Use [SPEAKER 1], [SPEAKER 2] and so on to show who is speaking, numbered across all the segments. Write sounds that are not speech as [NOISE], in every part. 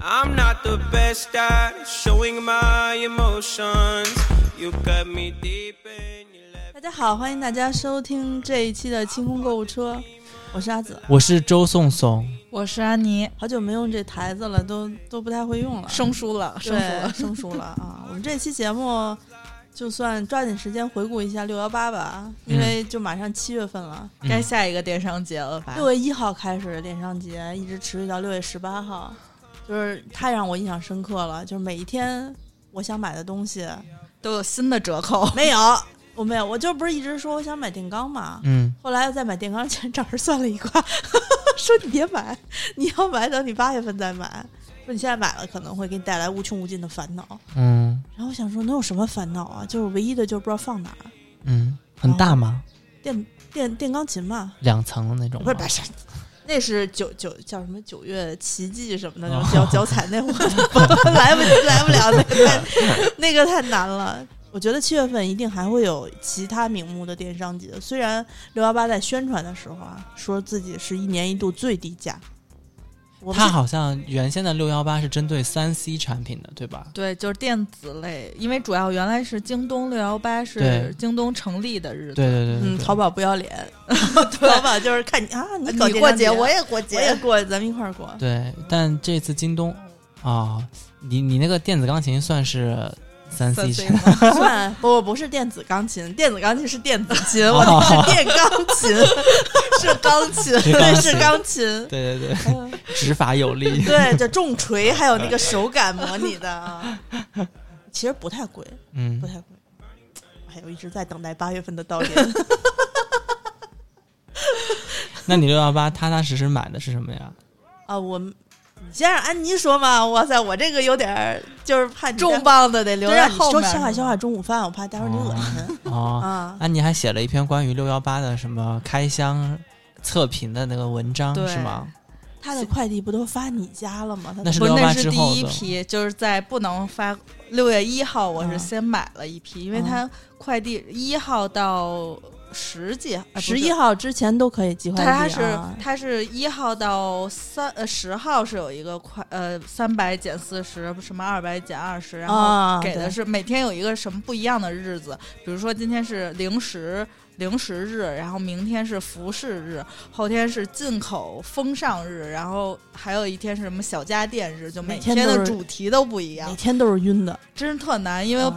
[SPEAKER 1] I'm not the best at showing my emotions. You cut me deep and you left.
[SPEAKER 2] 大家好，欢迎大家收听这一期的清空购物车，我是阿紫。
[SPEAKER 3] 我是周颂颂，
[SPEAKER 4] 我是安妮，
[SPEAKER 2] 好久没用这台子了，都都不太会用了，
[SPEAKER 4] 生疏了，生疏
[SPEAKER 2] 对
[SPEAKER 4] 了。
[SPEAKER 2] 生疏了啊！我们这期节目就算抓紧时间回顾一下六幺八吧，
[SPEAKER 4] 嗯
[SPEAKER 2] 因为就马上七月份了，
[SPEAKER 3] 嗯
[SPEAKER 4] 该下一个电商节了吧？
[SPEAKER 2] 六、月一号开始的电商节，一直持续到六月十八号，就是太让我印象深刻了，就是每一天我想买的东西
[SPEAKER 4] 都有新的折扣，
[SPEAKER 2] 没有，我没有，我就不是一直说我想买电缸嘛，
[SPEAKER 3] 嗯，
[SPEAKER 2] 后来在买电缸前找人算了一卦， [LAUGHS] 说你别买，你要买等你八月份再买。说你现在买了可能会给你带来无穷无尽的烦恼。
[SPEAKER 3] 嗯
[SPEAKER 2] 然后我想说能有什么烦恼啊？就是唯一的就是不知道放哪儿。
[SPEAKER 3] 嗯，很大吗？
[SPEAKER 2] 哦电电电钢琴嘛，
[SPEAKER 3] 两层的那种吗？
[SPEAKER 2] 不是不是，那是九九叫什么九月奇迹什么的那种 [LAUGHS] 脚脚踩那我来不及来不了那个太那个太难了。我觉得七月份一定还会有其他名目的电商节，虽然六幺八在宣传的时候啊，说自己是一年一度最低价，我们
[SPEAKER 3] 它好像原先的六幺八是针对三 C 产品的，对吧？
[SPEAKER 4] 对，就是电子类，因为主要原来是京东六幺八是
[SPEAKER 3] 对
[SPEAKER 4] 京东成立的日子，
[SPEAKER 3] 对对对对
[SPEAKER 2] 嗯，
[SPEAKER 3] 对
[SPEAKER 2] 淘宝不要脸，淘宝就是看你啊，你搞
[SPEAKER 4] 你过
[SPEAKER 2] 节
[SPEAKER 4] 节我
[SPEAKER 2] 也
[SPEAKER 4] 也过节，
[SPEAKER 2] 我也过，咱们一块儿
[SPEAKER 3] [LAUGHS]
[SPEAKER 2] 过。
[SPEAKER 3] 对，但这次京东啊，你你那个电子钢琴算是三 C 产品，
[SPEAKER 4] 吗？
[SPEAKER 2] 算不不不是电子钢琴，电子钢琴是电子琴，我那
[SPEAKER 3] 哦
[SPEAKER 2] [LAUGHS] 是电钢琴，啊是钢琴，
[SPEAKER 3] 是钢
[SPEAKER 2] 对，
[SPEAKER 3] 琴
[SPEAKER 2] 是钢琴，
[SPEAKER 3] 对对对，执法有
[SPEAKER 2] 嗯
[SPEAKER 3] 力。
[SPEAKER 2] 对，这重锤还有那个手感模拟的啊，其实不太贵，
[SPEAKER 3] 嗯
[SPEAKER 2] 不，太贵。哎，我一直在等待八月份的到 [LAUGHS] 临。
[SPEAKER 3] 那你六幺八踏踏实实买的是什么呀？
[SPEAKER 2] 啊，我你先让安妮说嘛，哇塞，我这个有点儿就是怕你
[SPEAKER 4] 重磅的得留
[SPEAKER 2] 对，啊
[SPEAKER 4] 在
[SPEAKER 2] 让你
[SPEAKER 4] 后
[SPEAKER 2] 说
[SPEAKER 4] 面。
[SPEAKER 2] 消化消化中午饭，我怕待会儿你恶心
[SPEAKER 3] 哦，
[SPEAKER 2] 啊。
[SPEAKER 3] 安妮还写了一篇关于六幺八的什么开箱测评的那个文章，
[SPEAKER 4] 对
[SPEAKER 3] 是吗？
[SPEAKER 2] 他的快递不都发你家了吗？他
[SPEAKER 3] 那是
[SPEAKER 4] 不是，
[SPEAKER 3] 618
[SPEAKER 4] 那是
[SPEAKER 3] 之后
[SPEAKER 4] 第一
[SPEAKER 3] 的
[SPEAKER 4] 批，就是在不能发。六月一号，我
[SPEAKER 2] 嗯
[SPEAKER 4] 是先买了一批，因为
[SPEAKER 2] 嗯
[SPEAKER 4] 它快递一号到十几，啊不是
[SPEAKER 2] 十一号之前都可以寄快递、啊，
[SPEAKER 4] 它是它是一号到三呃十号是有一个快呃三百减四十什么二百减二十，然后
[SPEAKER 2] 啊，
[SPEAKER 4] 给的
[SPEAKER 2] 对
[SPEAKER 4] 是每天有一个什么不一样的日子，比如说今天是零食零食日，然后明天是服饰日，后天是进口风尚日，然后还有一天是什么小家电日，就每
[SPEAKER 2] 每天
[SPEAKER 4] 天
[SPEAKER 2] 都
[SPEAKER 4] 的
[SPEAKER 2] 是
[SPEAKER 4] 主题都不一样
[SPEAKER 2] 每，嗯天都是晕的，啊
[SPEAKER 4] 真是特难，因
[SPEAKER 2] 因
[SPEAKER 4] 为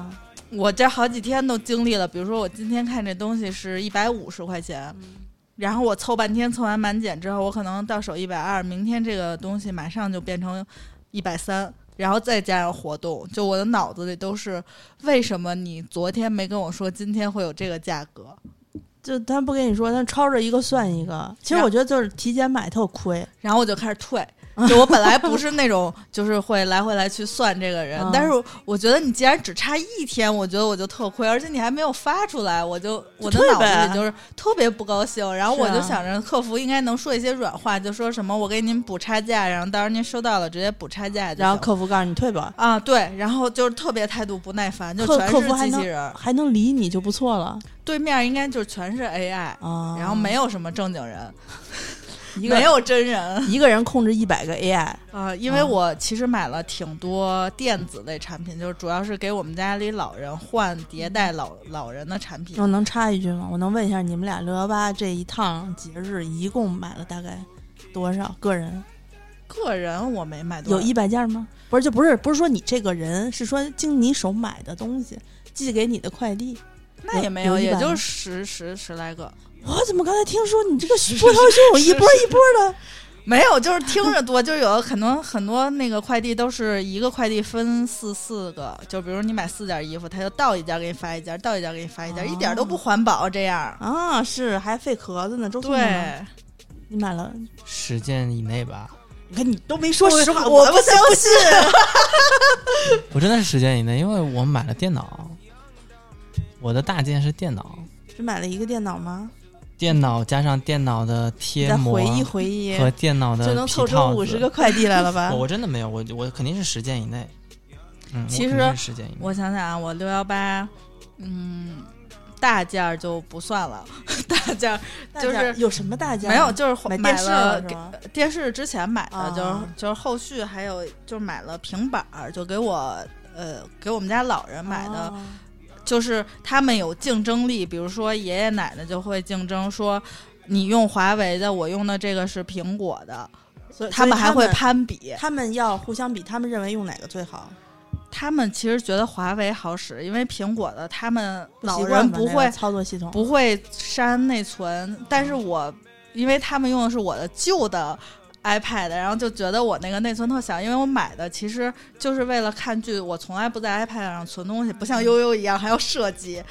[SPEAKER 4] 我这好几天都经历了，比如说我今天看这东西是一百五十块钱，然后我凑半天，凑完满减之后，我可能到手一百二，明天这个东西马上就变成一百三，然后再加上活动，就我的脑子里都是为什么你昨天没跟我说今天会有这个价格？
[SPEAKER 2] 就他不跟你说，他抄着一个算一个。其实
[SPEAKER 4] 然
[SPEAKER 2] 我
[SPEAKER 4] 后
[SPEAKER 2] 觉得就是提前买特亏，
[SPEAKER 4] 然后我就开始
[SPEAKER 2] [LAUGHS]
[SPEAKER 4] 退。就我本来不是那种就是会来回来去算这个人，
[SPEAKER 2] 嗯
[SPEAKER 4] 但是我觉得你既然只差一天，我觉得我就特亏，而且你还没有发出来，我就我的
[SPEAKER 2] 退
[SPEAKER 4] 脑子
[SPEAKER 2] 呗
[SPEAKER 4] 里就是特别不高兴。然后
[SPEAKER 2] 是啊
[SPEAKER 4] 我就想着客服应该能说一些软话，就说什么我给您补差价，然后到时候您收到了直接补差价就行。
[SPEAKER 2] 然后客服告诉你退吧，
[SPEAKER 4] 啊对，然后就是特别态度不耐烦，就
[SPEAKER 2] 客
[SPEAKER 4] 全
[SPEAKER 2] 客服
[SPEAKER 4] 是
[SPEAKER 2] 还
[SPEAKER 4] 机
[SPEAKER 2] 能
[SPEAKER 4] 器人，
[SPEAKER 2] 还能理你就不错了
[SPEAKER 4] 对面应该就全是 AI，、
[SPEAKER 2] 啊。
[SPEAKER 4] 然后没有什么正经人，
[SPEAKER 2] 一个
[SPEAKER 4] 没有真人。
[SPEAKER 2] 一个人控制一百个 AI，
[SPEAKER 4] 啊，因
[SPEAKER 2] 嗯
[SPEAKER 4] 为我其实买了挺多电子类产品，就是主要是给我们家里老人换迭代老老人的产品
[SPEAKER 2] 我。能插一句吗？我能问一下你们俩六幺八这一趟节日一共买了大概多少个人？
[SPEAKER 4] 个人我没买多少，
[SPEAKER 2] 有一百件吗？不是，就不是不是说你这个人，是说经你手买的东西寄给你的快递。
[SPEAKER 4] 那也没
[SPEAKER 2] 有
[SPEAKER 4] 有，
[SPEAKER 2] 有一
[SPEAKER 4] 也
[SPEAKER 2] 百
[SPEAKER 4] 就
[SPEAKER 2] 吗
[SPEAKER 4] 是十十十来个，
[SPEAKER 2] 我啊怎么刚才听说你这个波涛汹涌一波一波的？
[SPEAKER 4] 没有，就是听着多，就有很多很多那个快递都是一个快递分四四个，就比如你买四件衣服，他就到一件给你发一件，到一件给你发一件，一点
[SPEAKER 2] 哦
[SPEAKER 4] 都不环保这样。
[SPEAKER 2] 啊，是还费壳子呢，周颂呢
[SPEAKER 4] 对，
[SPEAKER 2] 你买了？
[SPEAKER 3] 十件以内吧，
[SPEAKER 2] 你看你都没说实话，
[SPEAKER 4] 我
[SPEAKER 2] 不
[SPEAKER 4] 不
[SPEAKER 2] 相信。 [LAUGHS]
[SPEAKER 3] 我真的是十件以内，因为我买了电脑，我的大件是电脑，
[SPEAKER 2] 只买了一个电脑吗？
[SPEAKER 3] 电脑加上电脑的
[SPEAKER 2] 你
[SPEAKER 3] 贴
[SPEAKER 2] 再
[SPEAKER 3] 膜
[SPEAKER 2] 回忆回忆，
[SPEAKER 3] 和电脑的
[SPEAKER 2] 就能
[SPEAKER 3] 皮
[SPEAKER 2] 凑
[SPEAKER 3] 套
[SPEAKER 2] 出
[SPEAKER 3] 子
[SPEAKER 2] 五十个快递来了吧
[SPEAKER 3] [LAUGHS] 我？我真的没有，我我肯定是十件以内。嗯，
[SPEAKER 4] 其
[SPEAKER 3] 我
[SPEAKER 4] 实
[SPEAKER 3] 肯定是十件以内。
[SPEAKER 4] 我想想啊，我六幺八，嗯，大件儿就不算了， [LAUGHS] 大件儿
[SPEAKER 2] 大
[SPEAKER 4] 就是
[SPEAKER 2] 件有什么大件儿？
[SPEAKER 4] 没有，就是
[SPEAKER 2] 买
[SPEAKER 4] 买
[SPEAKER 2] 电视
[SPEAKER 4] 了
[SPEAKER 2] 了是吗
[SPEAKER 4] 给电视之前买的，
[SPEAKER 2] 啊
[SPEAKER 4] 就是就是后续还有就是买了平板儿，就给我呃给我们家老人买的，
[SPEAKER 2] 哦
[SPEAKER 4] 就是他们有竞争力，比如说爷爷奶奶就会竞争说。你用华为的，我用的这个是苹果的，
[SPEAKER 2] 所以
[SPEAKER 4] 他们还会
[SPEAKER 2] 他
[SPEAKER 4] 攀比。
[SPEAKER 2] 他们要互相比，他们认为用哪个最好？
[SPEAKER 4] 他们其实觉得华为好使，因为苹果的他们
[SPEAKER 2] 不习
[SPEAKER 4] 老
[SPEAKER 2] 惯
[SPEAKER 4] 人
[SPEAKER 2] 吧
[SPEAKER 4] 不
[SPEAKER 2] 那
[SPEAKER 4] 会
[SPEAKER 2] 个操作系统
[SPEAKER 4] 不会删内存，但是我因为他们用的是我的旧的 iPad，然后就觉得我那个内存特小，因为我买的其实就是为了看剧，我从来不在 iPad 上存东西，不像悠悠一样还要设计。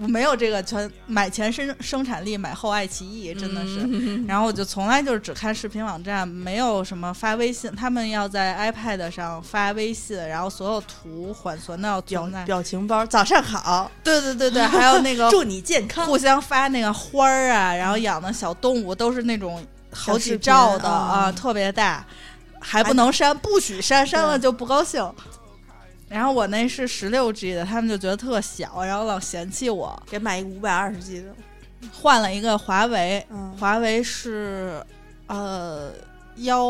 [SPEAKER 4] 我没有这个全买前生生产力，买后爱奇艺，真的是。 [LAUGHS] 然后我就从来就是只看视频网站，没有什么发微信。他们要在 iPad 上发微信，然后所有图缓存都要
[SPEAKER 2] 表
[SPEAKER 4] 存在。
[SPEAKER 2] 表情包，早上好，
[SPEAKER 4] 对对 [LAUGHS] 对对，还有
[SPEAKER 2] [LAUGHS]
[SPEAKER 4] 那个
[SPEAKER 2] 祝你健康。
[SPEAKER 4] 互相发那个花儿啊，然后养的小动物都是那种好几兆
[SPEAKER 2] 小视
[SPEAKER 4] 的
[SPEAKER 2] 频啊
[SPEAKER 4] 啊、特别大，还不能删，不许删，删了就不高兴。
[SPEAKER 2] 嗯
[SPEAKER 4] 然后我那是十六 G 的，他们就觉得特小，然后老嫌弃我，
[SPEAKER 2] 给买一个五百二十 G 的，
[SPEAKER 4] 换了一个华为，
[SPEAKER 2] 嗯，
[SPEAKER 4] 华为是呃幺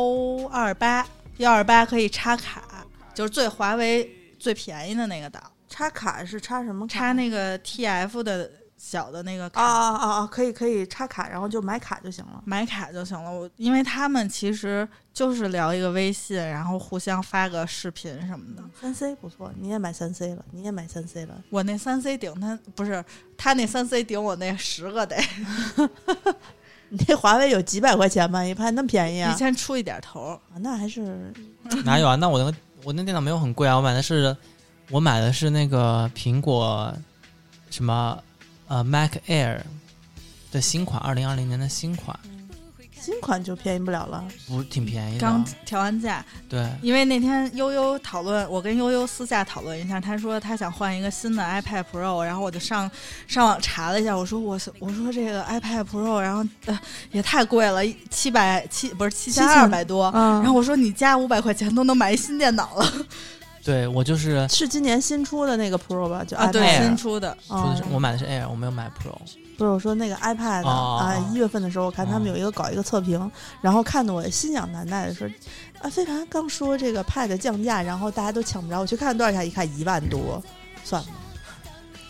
[SPEAKER 4] 二八幺二八可以插卡，就是最华为最便宜的那个档，
[SPEAKER 2] 插卡是插什么卡？
[SPEAKER 4] 插那个 TF 的小的那个卡。
[SPEAKER 2] 啊啊啊啊！可以可以插卡，然后就买卡就行了。
[SPEAKER 4] 买卡就行了。我因为他们其实就是聊一个微信，然后互相发个视频什么的。
[SPEAKER 2] 三 C 不错，你也买三 C 了，你也买三 C 了。 [LAUGHS]
[SPEAKER 4] 我那三 C 顶他不是他那三 C 顶我那十个得，
[SPEAKER 2] 你这华为有几百块钱吗？一盘那么便宜啊
[SPEAKER 4] [LAUGHS] 一？千出一点头。
[SPEAKER 2] 啊那还是
[SPEAKER 3] 哪有啊？那我那个我那电脑没有很贵啊，我买的是我买的是那个苹果什么呃 Mac Air 的新款，二零二零年的新款，
[SPEAKER 2] 新款就便宜不了了。
[SPEAKER 3] 不挺便宜的。啊
[SPEAKER 4] 刚调完价，
[SPEAKER 3] 对，
[SPEAKER 4] 因为那天悠悠讨论，我跟悠悠私下讨论一下，他说他想换一个新的 iPad Pro，然后我就上上网查了一下，我说我我说这个 iPad Pro，然后、呃、也太贵了，七百七不是七千二百多，
[SPEAKER 2] 嗯
[SPEAKER 4] 然后我说你加五百块钱都能买一新电脑了
[SPEAKER 3] 对我就是
[SPEAKER 2] 是今年新出的那个 Pro 吧？就 iPad、
[SPEAKER 3] Air
[SPEAKER 4] 啊新出的，
[SPEAKER 3] 说的是、我
[SPEAKER 2] 哦，
[SPEAKER 3] 买的是 Air，我没有买 Pro。
[SPEAKER 2] 不是我说那个 iPad
[SPEAKER 3] 哦哦哦嗯
[SPEAKER 2] 啊，一月份的时候，我看他们有一个搞一个测评，然后看得我心痒难耐的说，啊，飞盘刚说这个 Pad 降价，然后大家都抢不着，我去看多少下，一看一万多，算了，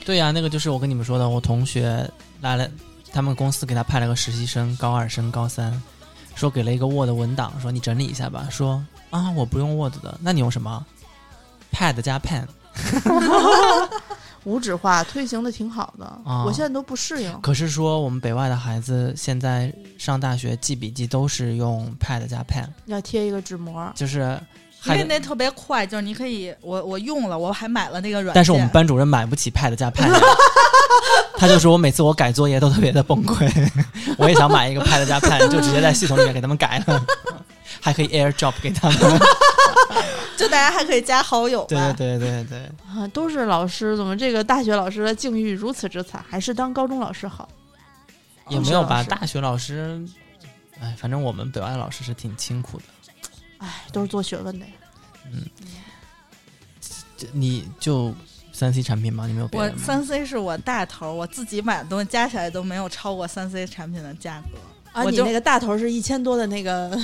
[SPEAKER 3] 对呀、那个就是我跟你们说的，我同学来了，他们公司给他派了个实习生，高二升高三，说给了一个 Word 文档，说你整理一下吧。说啊，我不用 Word 的，那你用什么？Pad 加 Pen。
[SPEAKER 2] 无纸化推行的挺好的，
[SPEAKER 3] 啊
[SPEAKER 2] 我现在都不适应。
[SPEAKER 3] 可是说我们北外的孩子现在上大学记笔记都是用 Pad 加 Pen，
[SPEAKER 2] 要贴一个纸膜，
[SPEAKER 3] 就是
[SPEAKER 4] 因
[SPEAKER 3] 害
[SPEAKER 4] 为
[SPEAKER 3] 得。
[SPEAKER 4] 那特别快，就是你可以，我我用了，我还买了那个软件，
[SPEAKER 3] 但是我们班主任买不起 Pad [LAUGHS] 加 Pen，他就说我每次我改作业都特别的崩溃， [LAUGHS] 我也想买一个 Pad 加 Pen，就直接在系统里面给他们改了， [LAUGHS] 还可以 AirDrop 给他们。
[SPEAKER 4] 就大家还可以加好友吧，
[SPEAKER 3] 对对对对对，
[SPEAKER 2] 啊，都是老师，怎么这个大学老师的境遇如此之惨？还是当高中老师好。
[SPEAKER 3] 也没有
[SPEAKER 2] 老
[SPEAKER 3] 吧？
[SPEAKER 2] 师
[SPEAKER 3] 大学老师，哎，反正我们北外老师是挺辛苦的。
[SPEAKER 2] 哎，都是做学问的呀。
[SPEAKER 3] 这你就三 C 产品吗？你没有别
[SPEAKER 4] 我
[SPEAKER 3] 的吗？
[SPEAKER 4] 三 C 是我大头，我自己买的东西加起来都没有超过三 C 产品的价格， [LAUGHS]
[SPEAKER 2] 啊，
[SPEAKER 4] 我
[SPEAKER 2] 你
[SPEAKER 4] 就
[SPEAKER 2] 那个大头是一千多的那个，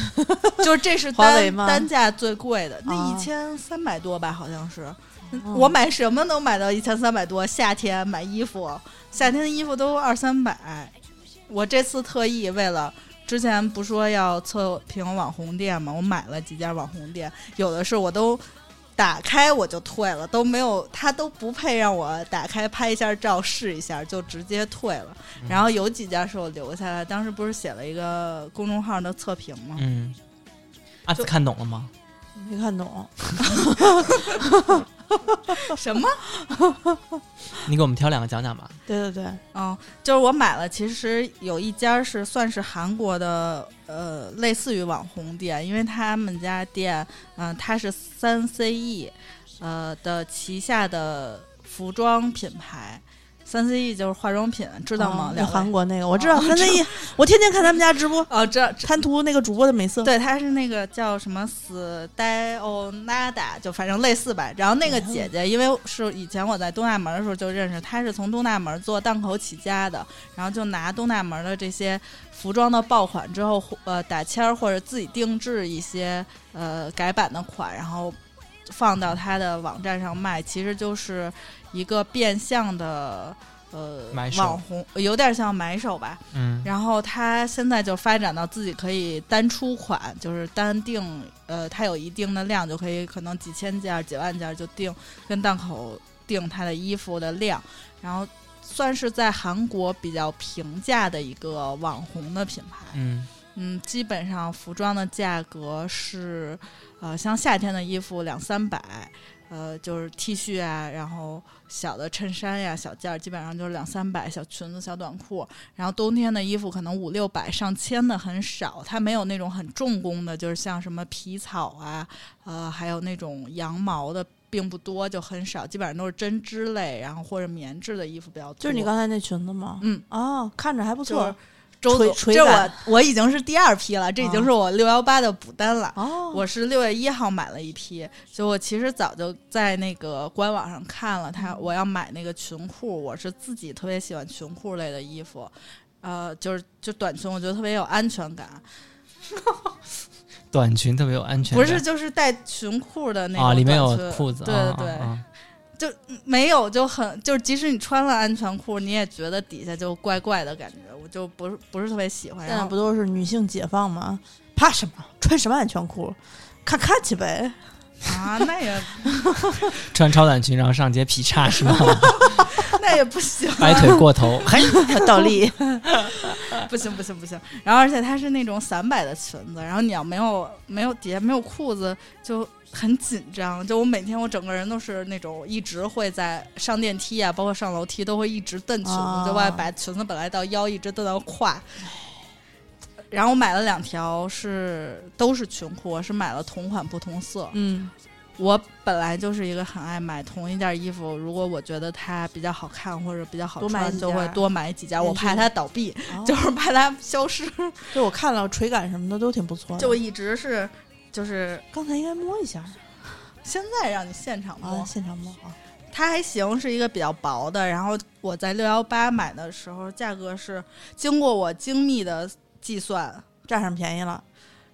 [SPEAKER 4] 就是这是
[SPEAKER 2] 华为
[SPEAKER 4] 单
[SPEAKER 2] 吗
[SPEAKER 4] 单价最贵的，那
[SPEAKER 2] 啊
[SPEAKER 4] 一千三百多吧，好像是。
[SPEAKER 2] 嗯
[SPEAKER 4] 我买什么能买到一千三百多？夏天买衣服，夏天的衣服都二三百。我这次特意为了之前不说要测评网红店嘛，我买了几家网红店，有的是我都打开我就退了，都没有，它都不配让我打开拍一下照试一下，就直接退了。然后有几家是我留下来，当时不是写了一个公众号的测评
[SPEAKER 3] [LAUGHS]
[SPEAKER 4] 吗？
[SPEAKER 3] 嗯，阿紫看懂了吗？
[SPEAKER 2] 没看懂。
[SPEAKER 4] 什么？
[SPEAKER 3] 你给我们挑两个讲讲吧。
[SPEAKER 2] 对对对，
[SPEAKER 4] 嗯，就是我买了，其实有一家是算是韩国的，呃，类似于网红店，因为他们家店，嗯、它是 E，呃三 CE，呃的旗下的服装品牌。三 C E 就是化妆品，知道吗？
[SPEAKER 2] 那
[SPEAKER 4] 两
[SPEAKER 2] 啊韩
[SPEAKER 4] 位
[SPEAKER 2] 国那个我啊知
[SPEAKER 4] 哦
[SPEAKER 2] 道，三 C 一，我天天看他们家直播，
[SPEAKER 4] 哦，这这
[SPEAKER 2] 贪图那个主播的美色。
[SPEAKER 4] 对，他是那个叫什么死呆哦 nada，就反正类似吧。然后那个姐姐，因为是以前我在东大门的时候就认识，她是从东大门做档口起家的，然后就拿东大门的这些服装的爆款之后，呃，打签儿或者自己定制一些呃改版的款，然后放到她的网站上卖，其实就是一个变相的。呃
[SPEAKER 3] 买，手
[SPEAKER 4] 网红有点像买手吧，
[SPEAKER 3] 嗯，
[SPEAKER 4] 然后他现在就发展到自己可以单出款，就是单定，呃，他有一定的量就可以，可能几千件儿、几万件儿就定，跟档口定他的衣服的量，然后算是在韩国比较平价的一个网红的品牌。
[SPEAKER 3] 嗯
[SPEAKER 4] 嗯，基本上服装的价格是，呃，像夏天的衣服两三百，呃，就是 T 恤啊，然后小的衬衫呀、小件儿，基本上就是两三百，小裙子、小短裤。然后冬天的衣服可能五六百、上千的很少，它没有那种很重工的，就是像什么皮草啊，呃，还有那种羊毛的。并不多，就很少，基本上都是针织类，然后或者棉质的衣服比较多。
[SPEAKER 2] 就是你刚才那裙子吗？
[SPEAKER 4] 嗯，
[SPEAKER 2] 哦，看着还不
[SPEAKER 4] 就是
[SPEAKER 2] 错。
[SPEAKER 4] 周
[SPEAKER 2] 垂
[SPEAKER 4] 总，
[SPEAKER 2] 垂
[SPEAKER 4] 这我
[SPEAKER 2] 感
[SPEAKER 4] 我已经是第二批了，这已经
[SPEAKER 2] 啊
[SPEAKER 4] 是我六幺八的补单了。
[SPEAKER 2] 哦，
[SPEAKER 4] 我是六月一号买了一批，就我其实早就在那个官网上看了
[SPEAKER 2] 嗯
[SPEAKER 4] 它，我要买那个裙裤，我是自己特别喜欢裙裤类的衣服，呃，就是就短裙，我觉得特别有安全感，
[SPEAKER 3] 短裙特别有安全
[SPEAKER 4] 不
[SPEAKER 3] 感，
[SPEAKER 4] 是就是带裙裤的那种
[SPEAKER 3] 啊，里面
[SPEAKER 4] 短
[SPEAKER 3] 有
[SPEAKER 4] 裙
[SPEAKER 3] 裤子，
[SPEAKER 4] 对
[SPEAKER 3] 啊
[SPEAKER 4] 对对，
[SPEAKER 3] 啊啊
[SPEAKER 4] 没有就很就是即使你穿了安全裤，你也觉得底下就怪怪的感觉，我就不是不是特别喜欢，
[SPEAKER 2] 现
[SPEAKER 4] 然
[SPEAKER 2] 在
[SPEAKER 4] 后
[SPEAKER 2] 不都是女性解放吗？怕什么？穿什么安全裤？看看去呗。
[SPEAKER 4] 啊那也
[SPEAKER 3] 穿超短裙然后上街劈叉
[SPEAKER 2] [LAUGHS]
[SPEAKER 3] 是吗？
[SPEAKER 4] 那也不行，
[SPEAKER 2] 啊
[SPEAKER 3] 掰腿过头，嘿，
[SPEAKER 2] 倒立，
[SPEAKER 4] [LAUGHS] 不行不行不行。然后而且它是那种散摆的裙子，然后你要没有没有底下没有裤子就很紧张。就我每天我整个人都是那种一直会在上电梯啊，包括上楼梯都会一直蹬裙子，
[SPEAKER 2] 哦
[SPEAKER 4] 就把把裙子本来到腰一直蹬到胯。然后我买了两条是都是裙裤，我是买了同款不同
[SPEAKER 2] [LAUGHS]
[SPEAKER 4] 色。
[SPEAKER 2] 嗯，
[SPEAKER 4] 我本来就是一个很爱买同一件衣服，如果我觉得它比较好看或者比较好
[SPEAKER 2] 多买
[SPEAKER 4] 穿，
[SPEAKER 2] 几
[SPEAKER 4] 就
[SPEAKER 2] 件
[SPEAKER 4] 会
[SPEAKER 2] 儿
[SPEAKER 4] 多买几件，
[SPEAKER 2] 也
[SPEAKER 4] 我怕
[SPEAKER 2] 是
[SPEAKER 4] 它倒闭。
[SPEAKER 2] 嗯就
[SPEAKER 4] 就是怕它消失。
[SPEAKER 2] 哦就我看了垂感什么的都挺不错的。
[SPEAKER 4] 就一直是，就是
[SPEAKER 2] 刚才应该摸一下
[SPEAKER 4] 现在让你现场摸，
[SPEAKER 2] 啊，现场摸啊。
[SPEAKER 4] 它还行，是一个比较薄的。然后我在六幺八买的时候，价格是经过我精密的计算，
[SPEAKER 2] 占上便宜了，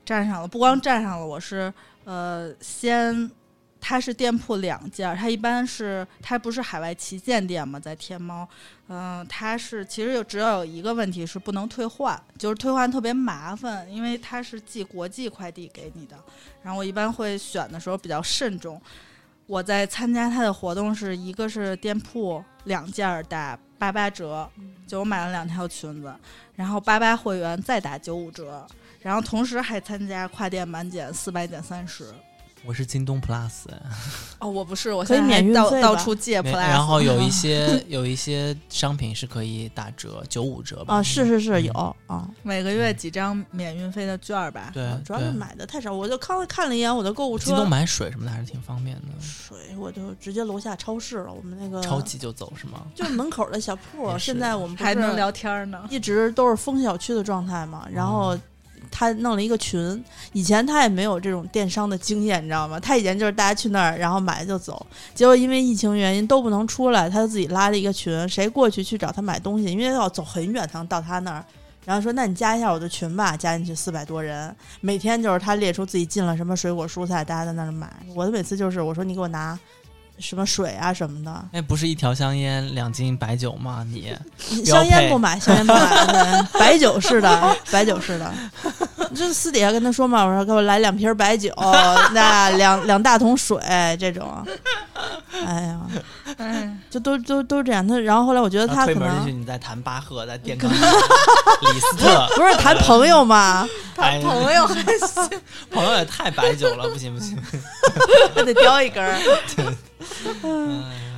[SPEAKER 4] 占上了，不光占上了，我是呃先。它是店铺两件儿，它一般是它不是海外旗舰店嘛，在天猫，嗯、它是其实就只要有一个问题是不能退换，就是退换特别麻烦，因为它是寄国际快递给你的。然后我一般会选的时候比较慎重。我在参加它的活动是一个是店铺两件儿打八八折，就我买了两条裙子，然后八八会员再打九五折，然后同时还参加跨店满减四百减三十。
[SPEAKER 3] 我是京东 plus，
[SPEAKER 4] 哦，我不是，我
[SPEAKER 2] 可以
[SPEAKER 4] 现在
[SPEAKER 2] 免
[SPEAKER 4] 还
[SPEAKER 2] 运
[SPEAKER 4] 到
[SPEAKER 2] 费吧
[SPEAKER 4] 到处借 plus，
[SPEAKER 3] 然后有一些有一些商品是可以打折，九五折吧？
[SPEAKER 2] 啊，是是
[SPEAKER 3] 嗯
[SPEAKER 2] 是有啊，
[SPEAKER 4] 每个月几张免运费的券儿吧。
[SPEAKER 3] 对，
[SPEAKER 2] 哦主要是
[SPEAKER 3] 对
[SPEAKER 2] 买的太少，我就刚看了一眼我的购物
[SPEAKER 3] 京东
[SPEAKER 2] 车，
[SPEAKER 3] 买水什么的还是挺方便的，
[SPEAKER 2] 水我就直接楼下超市了，我们那个
[SPEAKER 3] 超级就走是吗？
[SPEAKER 2] 就是门口的小铺
[SPEAKER 3] 也，是
[SPEAKER 2] 现在我们不
[SPEAKER 4] 还
[SPEAKER 2] 是
[SPEAKER 4] 能聊天儿呢，
[SPEAKER 2] 一直都是封小区的状态嘛，然后
[SPEAKER 3] 嗯。
[SPEAKER 2] 他弄了一个群，以前他也没有这种电商的经验，你知道吗？他以前就是大家去那儿，然后买就走。结果因为疫情原因都不能出来，他就自己拉了一个群，谁过去去找他买东西，因为要走很远才能到他那儿。然后说：“那你加一下我的群吧。”加进去四百多人，每天就是他列出自己进了什么水果蔬菜，大家在那儿买。我的每次就是我说：“你给我拿什么水啊什么的。”
[SPEAKER 3] 哎，不是一条香烟两斤白酒吗？你
[SPEAKER 2] [LAUGHS] 香烟不买，香烟不买，对白酒是的，白酒是的。就私底下跟他说嘛，我说给我来两瓶白酒， [LAUGHS] 那两两大桶水这种。哎呀，
[SPEAKER 4] 哎，
[SPEAKER 2] 就都都都这样。他然后后来我觉得
[SPEAKER 3] 然后
[SPEAKER 2] 他
[SPEAKER 3] 啊推
[SPEAKER 2] 可
[SPEAKER 3] 门进去，
[SPEAKER 2] 能
[SPEAKER 3] 你在谈巴赫，在
[SPEAKER 2] [LAUGHS]
[SPEAKER 3] 电钢琴李斯特，
[SPEAKER 2] 不是谈朋友嘛， [LAUGHS]
[SPEAKER 3] 哎，
[SPEAKER 4] 朋友还
[SPEAKER 3] 朋友也太白酒了，不行
[SPEAKER 2] [LAUGHS]
[SPEAKER 3] 不行，
[SPEAKER 2] 还得叼一根
[SPEAKER 4] [LAUGHS]
[SPEAKER 2] 儿。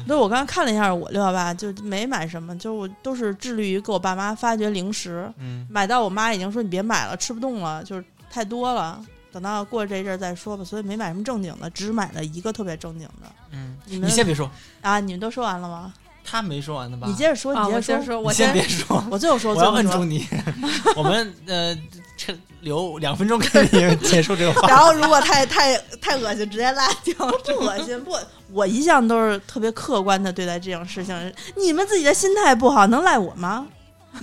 [SPEAKER 2] 对，我刚刚看了一下我六幺八，就没买什么，就我都是致力于给我爸妈发掘零食，
[SPEAKER 3] 嗯，
[SPEAKER 2] 买到我妈已经说你别买了，吃不动了，就是太多了。等到过这一阵儿再说吧，所以没买什么正经的，只买了一个特别正经的。
[SPEAKER 3] 嗯，
[SPEAKER 2] 你们
[SPEAKER 3] 你先别说，
[SPEAKER 2] 啊，你们都说完了吗？
[SPEAKER 3] 他没说完呢吧？
[SPEAKER 2] 你接着说，
[SPEAKER 4] 啊，
[SPEAKER 2] 你
[SPEAKER 4] 我
[SPEAKER 2] 接
[SPEAKER 4] 接
[SPEAKER 2] 着
[SPEAKER 4] 着
[SPEAKER 2] 说，
[SPEAKER 4] 说，
[SPEAKER 3] 你
[SPEAKER 4] 我
[SPEAKER 3] 先
[SPEAKER 4] 先
[SPEAKER 3] 别说，
[SPEAKER 2] [LAUGHS] 我最后说，
[SPEAKER 3] 我要
[SPEAKER 2] 最
[SPEAKER 3] 摁
[SPEAKER 2] 后说
[SPEAKER 3] 住。你。 [LAUGHS] 我们呃，这留两分钟给你
[SPEAKER 4] [LAUGHS]
[SPEAKER 3] 结束这个话。
[SPEAKER 2] 然后如果太太太恶心，直接拉掉， [LAUGHS] 不恶心不。我一向都是特别客观的对待这种事情，你们自己的心态不好，能赖我吗？ [LAUGHS]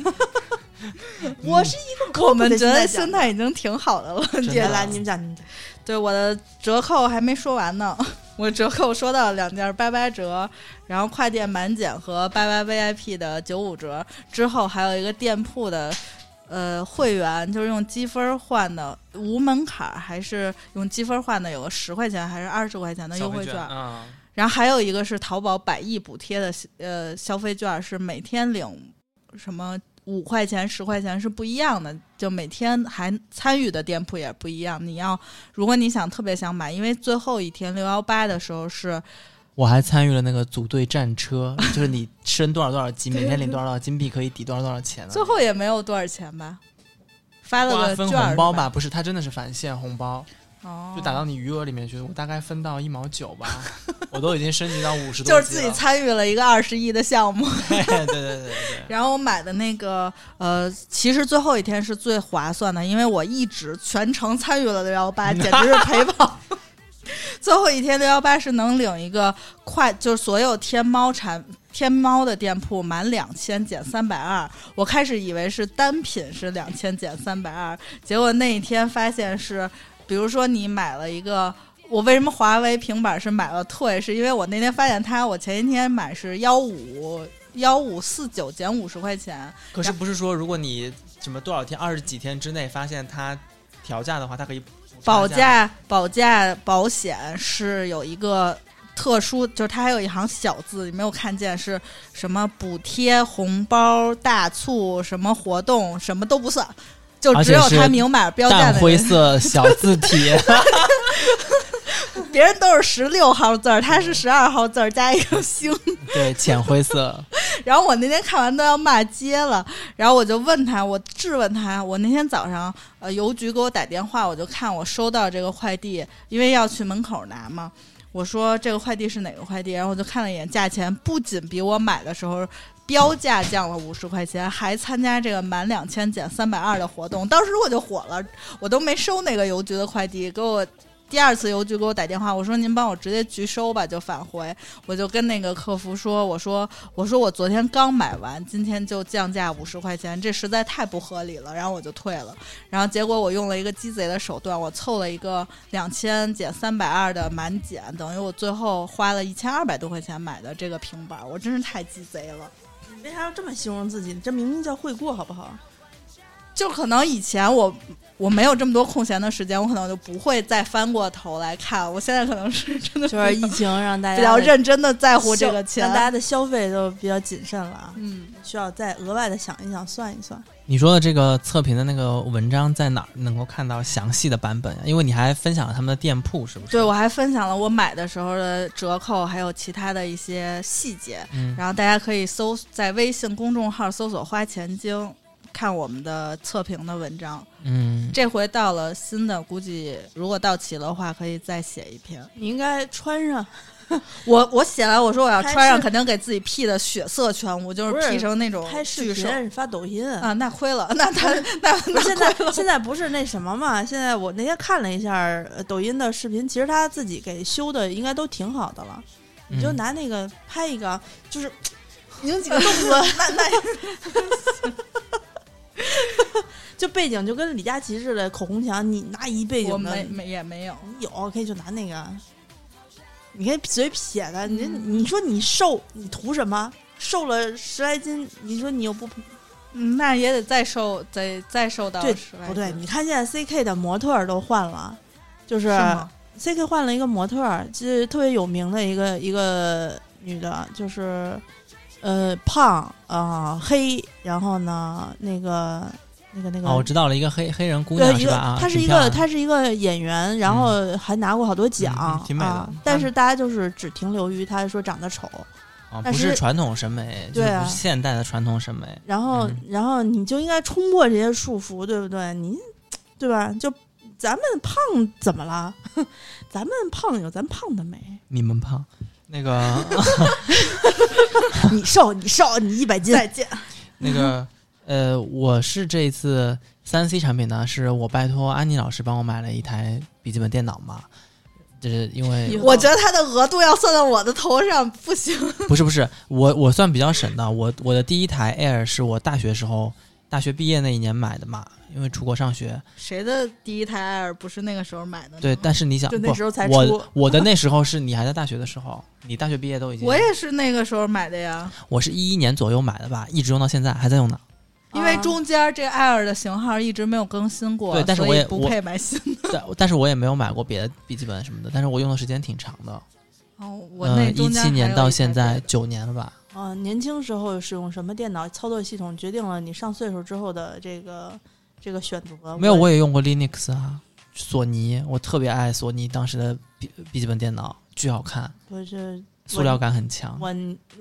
[SPEAKER 2] 我是一个
[SPEAKER 4] 我们觉得
[SPEAKER 2] 心
[SPEAKER 4] 心
[SPEAKER 2] 态
[SPEAKER 4] 态已经挺好的了，
[SPEAKER 3] 的
[SPEAKER 4] 姐
[SPEAKER 2] 讲的。
[SPEAKER 3] 啊
[SPEAKER 2] 来，你们讲，你们讲
[SPEAKER 4] 对，我的折扣还没说完呢， [LAUGHS] 我折扣说到两件八八折，然后跨店满减和八八 VIP 的九五折，之后还有一个店铺的。呃，会员就是用积分换的，无门槛儿，还是用积分换的，有个十块钱还是二十块钱的优惠券。
[SPEAKER 3] 啊，
[SPEAKER 4] 然后还有一个是淘宝百亿补贴的呃消费券，是每天领什么五块钱、十块钱是不一样的，就每天还参与的店铺也不一样。你要如果你想特别想买，因为最后一天六幺八的时候是
[SPEAKER 3] 我还参与了那个组队战车， [LAUGHS] 就是你升多少多少级，每天领多少多少金币，可以抵多少多少钱呢？
[SPEAKER 4] 最后也没有多少钱吧，发了
[SPEAKER 3] 瓜
[SPEAKER 4] 个
[SPEAKER 3] 分
[SPEAKER 4] 券
[SPEAKER 3] 红包
[SPEAKER 4] 是吧，
[SPEAKER 3] 吧，不是，它真的是返现红包，
[SPEAKER 4] 哦，
[SPEAKER 3] 就打到你余额里面去。我大概分到一毛九吧，
[SPEAKER 4] [LAUGHS]
[SPEAKER 3] 我都已经升级到五十多级
[SPEAKER 4] 就
[SPEAKER 3] 了。
[SPEAKER 4] 是自
[SPEAKER 3] [LAUGHS]
[SPEAKER 4] 己参与了一个二十亿的项目。
[SPEAKER 3] 对对对对对。
[SPEAKER 4] 然后我买的那个，呃，其实最后一天是最划算的，因为我一直全程参与了六幺八，简直是陪跑。 [LAUGHS] 最后一天六幺八是能领一个快，就是所有天猫产天猫的店铺满两千减三百二。我开始以为是单品是两千减三百二，结果那一天发现是，比如说你买了一个。我为什么华为平板是买了退？是因为我那天发现它，我前一天买是幺五幺五四九减五十块钱，
[SPEAKER 3] 可是不是说，如果你什么多少天、二十几天之内发现它调价的话，它可以补
[SPEAKER 4] 保
[SPEAKER 3] 差价
[SPEAKER 4] 价保价保险是有一个特殊，就是它还有一行小字，你没有看见是什么补贴、红包、大促、什么活动，什么都不算，就
[SPEAKER 3] 而
[SPEAKER 4] 只
[SPEAKER 3] 且
[SPEAKER 4] 有
[SPEAKER 3] 是
[SPEAKER 4] 它明码标价
[SPEAKER 3] 淡
[SPEAKER 4] 的
[SPEAKER 3] 灰
[SPEAKER 4] 人，
[SPEAKER 3] 色小字
[SPEAKER 2] [LAUGHS]
[SPEAKER 3] 体。
[SPEAKER 4] 别人都是十六号字儿，它是十二号字儿加一个星。
[SPEAKER 3] 对，浅灰色。
[SPEAKER 4] 然后我那天看完都要骂街了，然后我就问他，我质问他，我那天早上呃邮局给我打电话，我就看我收到这个快递，因为要去门口拿嘛。我说这个快递是哪个快递？然后我就看了一眼价钱，不仅比我买的时候标价降了五十块钱，还参加这个满两千减三百二的活动。当时我就火了，我都没收那个邮局的快递，给我第二次邮局给我打电话，我说您帮我直接拒收吧，就返回。我就跟那个客服说，我说我说我昨天刚买完，今天就降价五十块钱，这实在太不合理了。然后我就退了。然后结果我用了一个鸡贼的手段，我凑了一个两千减三百二的满减，等于我最后花了一千二百多块钱买的这个平板，我真是太鸡贼了。
[SPEAKER 2] 你为啥要这么形容自己？这明明叫会过，好不好？ [LAUGHS]
[SPEAKER 4] 就可能以前我我没有这么多空闲的时间，我可能就不会再翻过头来看。我现在可能是真的
[SPEAKER 2] 就是疫情让大家
[SPEAKER 4] 比较
[SPEAKER 2] 的
[SPEAKER 4] 认真的在
[SPEAKER 2] 消
[SPEAKER 4] 乎这个钱
[SPEAKER 2] 让。大家的消费都比较谨慎了啊，
[SPEAKER 4] 嗯，
[SPEAKER 2] 需要再额外的想一想，算一算。
[SPEAKER 3] 你说的这个测评的那个文章在哪儿能够看到详细的版本呀？因为你还分享了他们的店铺，是不是？
[SPEAKER 4] 对，我还分享了我买的时候的折扣，还有其他的一些细节。
[SPEAKER 3] 嗯，
[SPEAKER 4] 然后大家可以搜在微信公众号搜索“花钱精”，看我们的测评的文章。
[SPEAKER 3] 嗯，
[SPEAKER 4] 这回到了新的，估计如果到齐的话，可以再写一篇。
[SPEAKER 2] 你应该穿上，
[SPEAKER 4] 我我写完，我说我要
[SPEAKER 2] 拍
[SPEAKER 4] 穿上，
[SPEAKER 2] 视
[SPEAKER 4] 肯定给自己 P 的血色全无，就
[SPEAKER 2] 不
[SPEAKER 4] 是
[SPEAKER 2] 是
[SPEAKER 4] P 成那种
[SPEAKER 2] 拍视
[SPEAKER 4] 巨兽
[SPEAKER 2] 频、发抖音。
[SPEAKER 4] 啊，那亏了，那他那
[SPEAKER 2] 不
[SPEAKER 4] 那
[SPEAKER 2] 是现在现在不是那什么嘛？现在我那天看了一下呃抖音的视频，其实他自己给修的应该都挺好的了。你就
[SPEAKER 3] 嗯
[SPEAKER 2] 拿那个拍一个，就是
[SPEAKER 4] 有几个动作，
[SPEAKER 2] [LAUGHS]
[SPEAKER 4] 那那
[SPEAKER 2] 就背景就跟李佳琦似的口红墙，你拿一背
[SPEAKER 4] 我
[SPEAKER 2] 景的
[SPEAKER 4] 没，没也没有。
[SPEAKER 2] 你有可以就拿那个，你可以随撇的。你这
[SPEAKER 4] 嗯
[SPEAKER 2] 你说你瘦，你图什么？瘦了十来斤，你说你又不
[SPEAKER 4] 嗯那也得再瘦，再再瘦到
[SPEAKER 2] 对
[SPEAKER 4] 十万。
[SPEAKER 2] 不哦对？你看现在 CK 的模特儿都换了，就是
[SPEAKER 4] 是吗？
[SPEAKER 2] CK 换了一个模特儿，就是特别有名的一个一个女的，就是呃胖啊、呃黑，然后呢那个那个那个、
[SPEAKER 3] 哦，我知道了，一个黑黑人姑
[SPEAKER 2] 嗯对
[SPEAKER 3] 娘
[SPEAKER 2] 一
[SPEAKER 3] 是
[SPEAKER 2] 个
[SPEAKER 3] 吧？啊，
[SPEAKER 2] 她是
[SPEAKER 3] 挺
[SPEAKER 2] 一
[SPEAKER 3] 漂
[SPEAKER 2] 个
[SPEAKER 3] 亮
[SPEAKER 2] 她是一个演员，然后还拿过好多奖
[SPEAKER 3] 嗯挺美的
[SPEAKER 2] 啊
[SPEAKER 3] 嗯，
[SPEAKER 2] 但是大家就是只停留于她说长得丑，
[SPEAKER 3] 啊，
[SPEAKER 2] 但
[SPEAKER 3] 不
[SPEAKER 2] 是
[SPEAKER 3] 是传统审美，就是
[SPEAKER 2] 对啊
[SPEAKER 3] 不是现代的传统审美。
[SPEAKER 2] 然后、
[SPEAKER 3] 嗯
[SPEAKER 2] 然后你就应该冲破这些束缚，对不对？你对吧？就 [LAUGHS] 咱们胖怎么了？咱们胖有咱胖的美。 [LAUGHS]
[SPEAKER 3] 你们胖，那个
[SPEAKER 2] 你瘦，你瘦，你一百斤，[LAUGHS]
[SPEAKER 4] 再见。
[SPEAKER 3] 那个呃，我是这一次三 C 产品呢，是我拜托安妮老师帮我买了一台笔记本电脑嘛，就是因为
[SPEAKER 2] 哟
[SPEAKER 4] 我觉得他的额度要算到我的头上，不行。
[SPEAKER 3] 不是不是我我算比较省的，我我的第一台 Air 是我大学时候大学毕业那一年买的嘛，因为出国上学，
[SPEAKER 4] 谁的第一台 Air 不是那个时候买的？
[SPEAKER 3] 对，，但是你想，
[SPEAKER 2] 就那
[SPEAKER 3] 不
[SPEAKER 2] 时候才出
[SPEAKER 3] 我我的那时候是你还在大学的时候，你大学毕业都已经，
[SPEAKER 4] 我也是那个时候买的呀，
[SPEAKER 3] 我是一一年左右买的吧，一直用到现在还在用呢。
[SPEAKER 4] 因为
[SPEAKER 2] 啊
[SPEAKER 4] 中间这个 Air 的型号一直没有更新过，
[SPEAKER 3] 对但是
[SPEAKER 4] 所以
[SPEAKER 3] 我也
[SPEAKER 4] 不
[SPEAKER 3] 我
[SPEAKER 4] 配买新的。
[SPEAKER 3] 但但是我也没有买过别的笔记本什么的，但是我用的时间挺长的，
[SPEAKER 4] [LAUGHS] 哦，我那
[SPEAKER 3] 嗯，
[SPEAKER 4] 中
[SPEAKER 3] 一
[SPEAKER 4] 间
[SPEAKER 3] 七年到现
[SPEAKER 4] 还有
[SPEAKER 3] 在
[SPEAKER 4] 一台
[SPEAKER 3] 九年了吧。
[SPEAKER 2] 啊、年轻时候使用什么电脑操作系统，决定了你上岁数之后的这个这个选择。
[SPEAKER 3] 没有，我也用过 Linux 啊，索尼，我特别爱索尼当时的笔笔记本电脑，巨好看，
[SPEAKER 2] 我这
[SPEAKER 3] 塑料感很强。
[SPEAKER 2] 我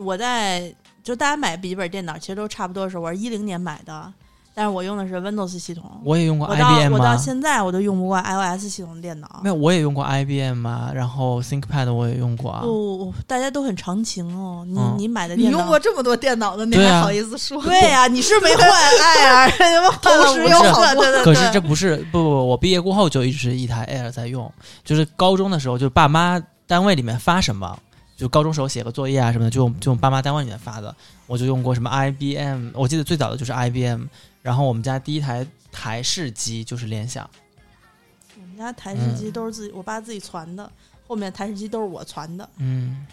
[SPEAKER 2] 我在就大家买笔记本电脑其实都差不多的时候，我是一零年买的，但是我用的是 Windows 系统。
[SPEAKER 3] 我也用过
[SPEAKER 2] 我到
[SPEAKER 3] IBM
[SPEAKER 2] 我到
[SPEAKER 3] 啊，
[SPEAKER 2] 现在我都用不惯 iOS 系统的电脑
[SPEAKER 3] 没。有，我也用过 IBM 啊，然后 ThinkPad 我也用过啊。
[SPEAKER 2] 不、哦大家都很长情哦。你、
[SPEAKER 3] 嗯
[SPEAKER 2] 你买的
[SPEAKER 4] 你
[SPEAKER 2] 电脑，
[SPEAKER 4] 用过这么多电脑的，你
[SPEAKER 3] 对
[SPEAKER 4] 还
[SPEAKER 3] 啊
[SPEAKER 4] 好意思说？
[SPEAKER 2] 对呀、你是没换哎呀，他
[SPEAKER 4] [LAUGHS]
[SPEAKER 2] 妈
[SPEAKER 4] 同时有好多
[SPEAKER 2] 对对对。
[SPEAKER 3] 可是这不是不不不，我毕业过后就一直是一台 Air 在用，就是高中的时候，就是爸妈单位里面发什么，就高中时候写个作业啊什么的，就用就用爸妈单位里面发的，我就用过什么 IBM，我记得最早的就是 IBM，然后我们家第一台台式机就是联想，
[SPEAKER 2] 我们家台式机都是自己，我爸自己传的，后面台式机都是我传的。
[SPEAKER 3] 嗯，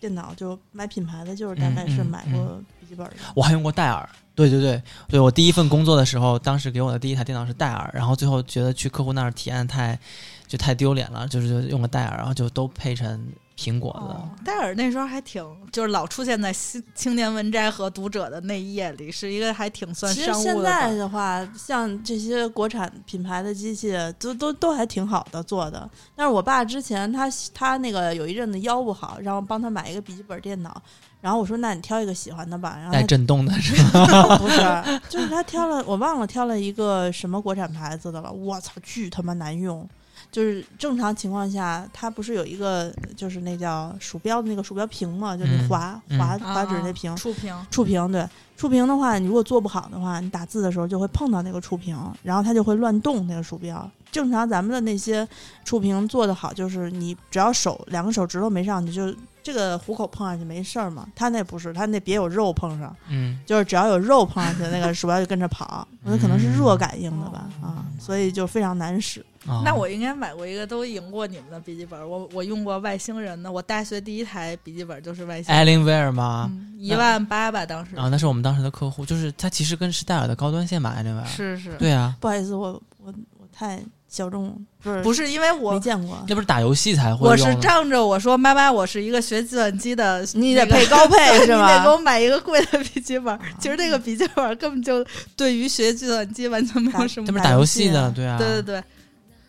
[SPEAKER 2] 电脑就买品牌的，就是大概是买过笔记本的。
[SPEAKER 3] 我还用过戴尔。对对对对，我第一份工作的时候，当时给我的第一台电脑是戴尔，然后最后觉得去客户那儿提案太就太丢脸了，就是就用个戴尔，然后就都配成苹果的。
[SPEAKER 4] 哦，戴尔那时候还挺，就是老出现在新青年文摘和读者的那一页里，是一个还挺算
[SPEAKER 2] 其实
[SPEAKER 4] 商
[SPEAKER 2] 现
[SPEAKER 4] 务的吧。
[SPEAKER 2] 在的话，像这些国产品牌的机器，都都都还挺好的做的。但是我爸之前他他那个有一阵子腰不好，然后帮他买一个笔记本电脑，然后我说那你挑一个喜欢的吧，然后
[SPEAKER 3] 带
[SPEAKER 2] 他
[SPEAKER 3] 震动的是吧？
[SPEAKER 2] 哦不是，就是他挑了，我忘了挑了一个什么国产牌子的了。我操，巨他妈难用！就是正常情况下，它不是有一个就是那叫鼠标的那个鼠标屏嘛，就是
[SPEAKER 3] 嗯
[SPEAKER 2] 滑、
[SPEAKER 3] 嗯
[SPEAKER 2] 滑
[SPEAKER 4] 啊
[SPEAKER 2] 滑指那屏。
[SPEAKER 4] 触屏，
[SPEAKER 2] 触屏对触屏的话，你如果做不好的话，你打字的时候就会碰到那个触屏，然后它就会乱动那个鼠标。正常咱们的那些触屏做得好，就是你只要手两个手指头没上去，就这个虎口碰上去没事儿嘛。它那不是，它那别有肉碰上。
[SPEAKER 3] 嗯，
[SPEAKER 2] 就是只要有肉碰上去，那个鼠标就跟着跑。
[SPEAKER 3] [LAUGHS]
[SPEAKER 2] 我觉得可
[SPEAKER 3] 嗯
[SPEAKER 2] 能是热感应的吧，啊，所以就非常难使。
[SPEAKER 3] 哦
[SPEAKER 4] 那我应该买过一个都赢过你们的笔记本。我我用过外星人的，我大学第一台笔记本就是外星
[SPEAKER 2] 哎
[SPEAKER 4] 人，嗯
[SPEAKER 3] Alienware 吗？
[SPEAKER 4] 一万八吧，当时
[SPEAKER 3] 啊，那是我们当时的客户，就是它其实跟是戴尔的高端线嘛，Alienware。
[SPEAKER 4] 是是，
[SPEAKER 3] 对啊，
[SPEAKER 2] 不好意思，我我我太小众，不是
[SPEAKER 4] 不是因为
[SPEAKER 2] 没
[SPEAKER 4] 我
[SPEAKER 2] 见过。
[SPEAKER 3] 那不是打游戏才会
[SPEAKER 4] 我
[SPEAKER 3] 用
[SPEAKER 4] 是
[SPEAKER 3] 的
[SPEAKER 4] 仗着我说妈妈，我是一个学计算机的，
[SPEAKER 2] [LAUGHS] 你得
[SPEAKER 4] 那个
[SPEAKER 2] 配
[SPEAKER 4] [LAUGHS]
[SPEAKER 2] 高 [LAUGHS] 配是
[SPEAKER 4] 你得给我
[SPEAKER 2] 吧？啊
[SPEAKER 4] 买一个贵的笔记本。其实这个笔记本根本就对于学计算机完全没有什么
[SPEAKER 3] 那不是
[SPEAKER 2] [LAUGHS] 打
[SPEAKER 3] 打
[SPEAKER 2] 游
[SPEAKER 3] 游
[SPEAKER 2] 戏
[SPEAKER 3] 戏
[SPEAKER 2] 啊
[SPEAKER 3] 的，对啊，
[SPEAKER 4] 对对对，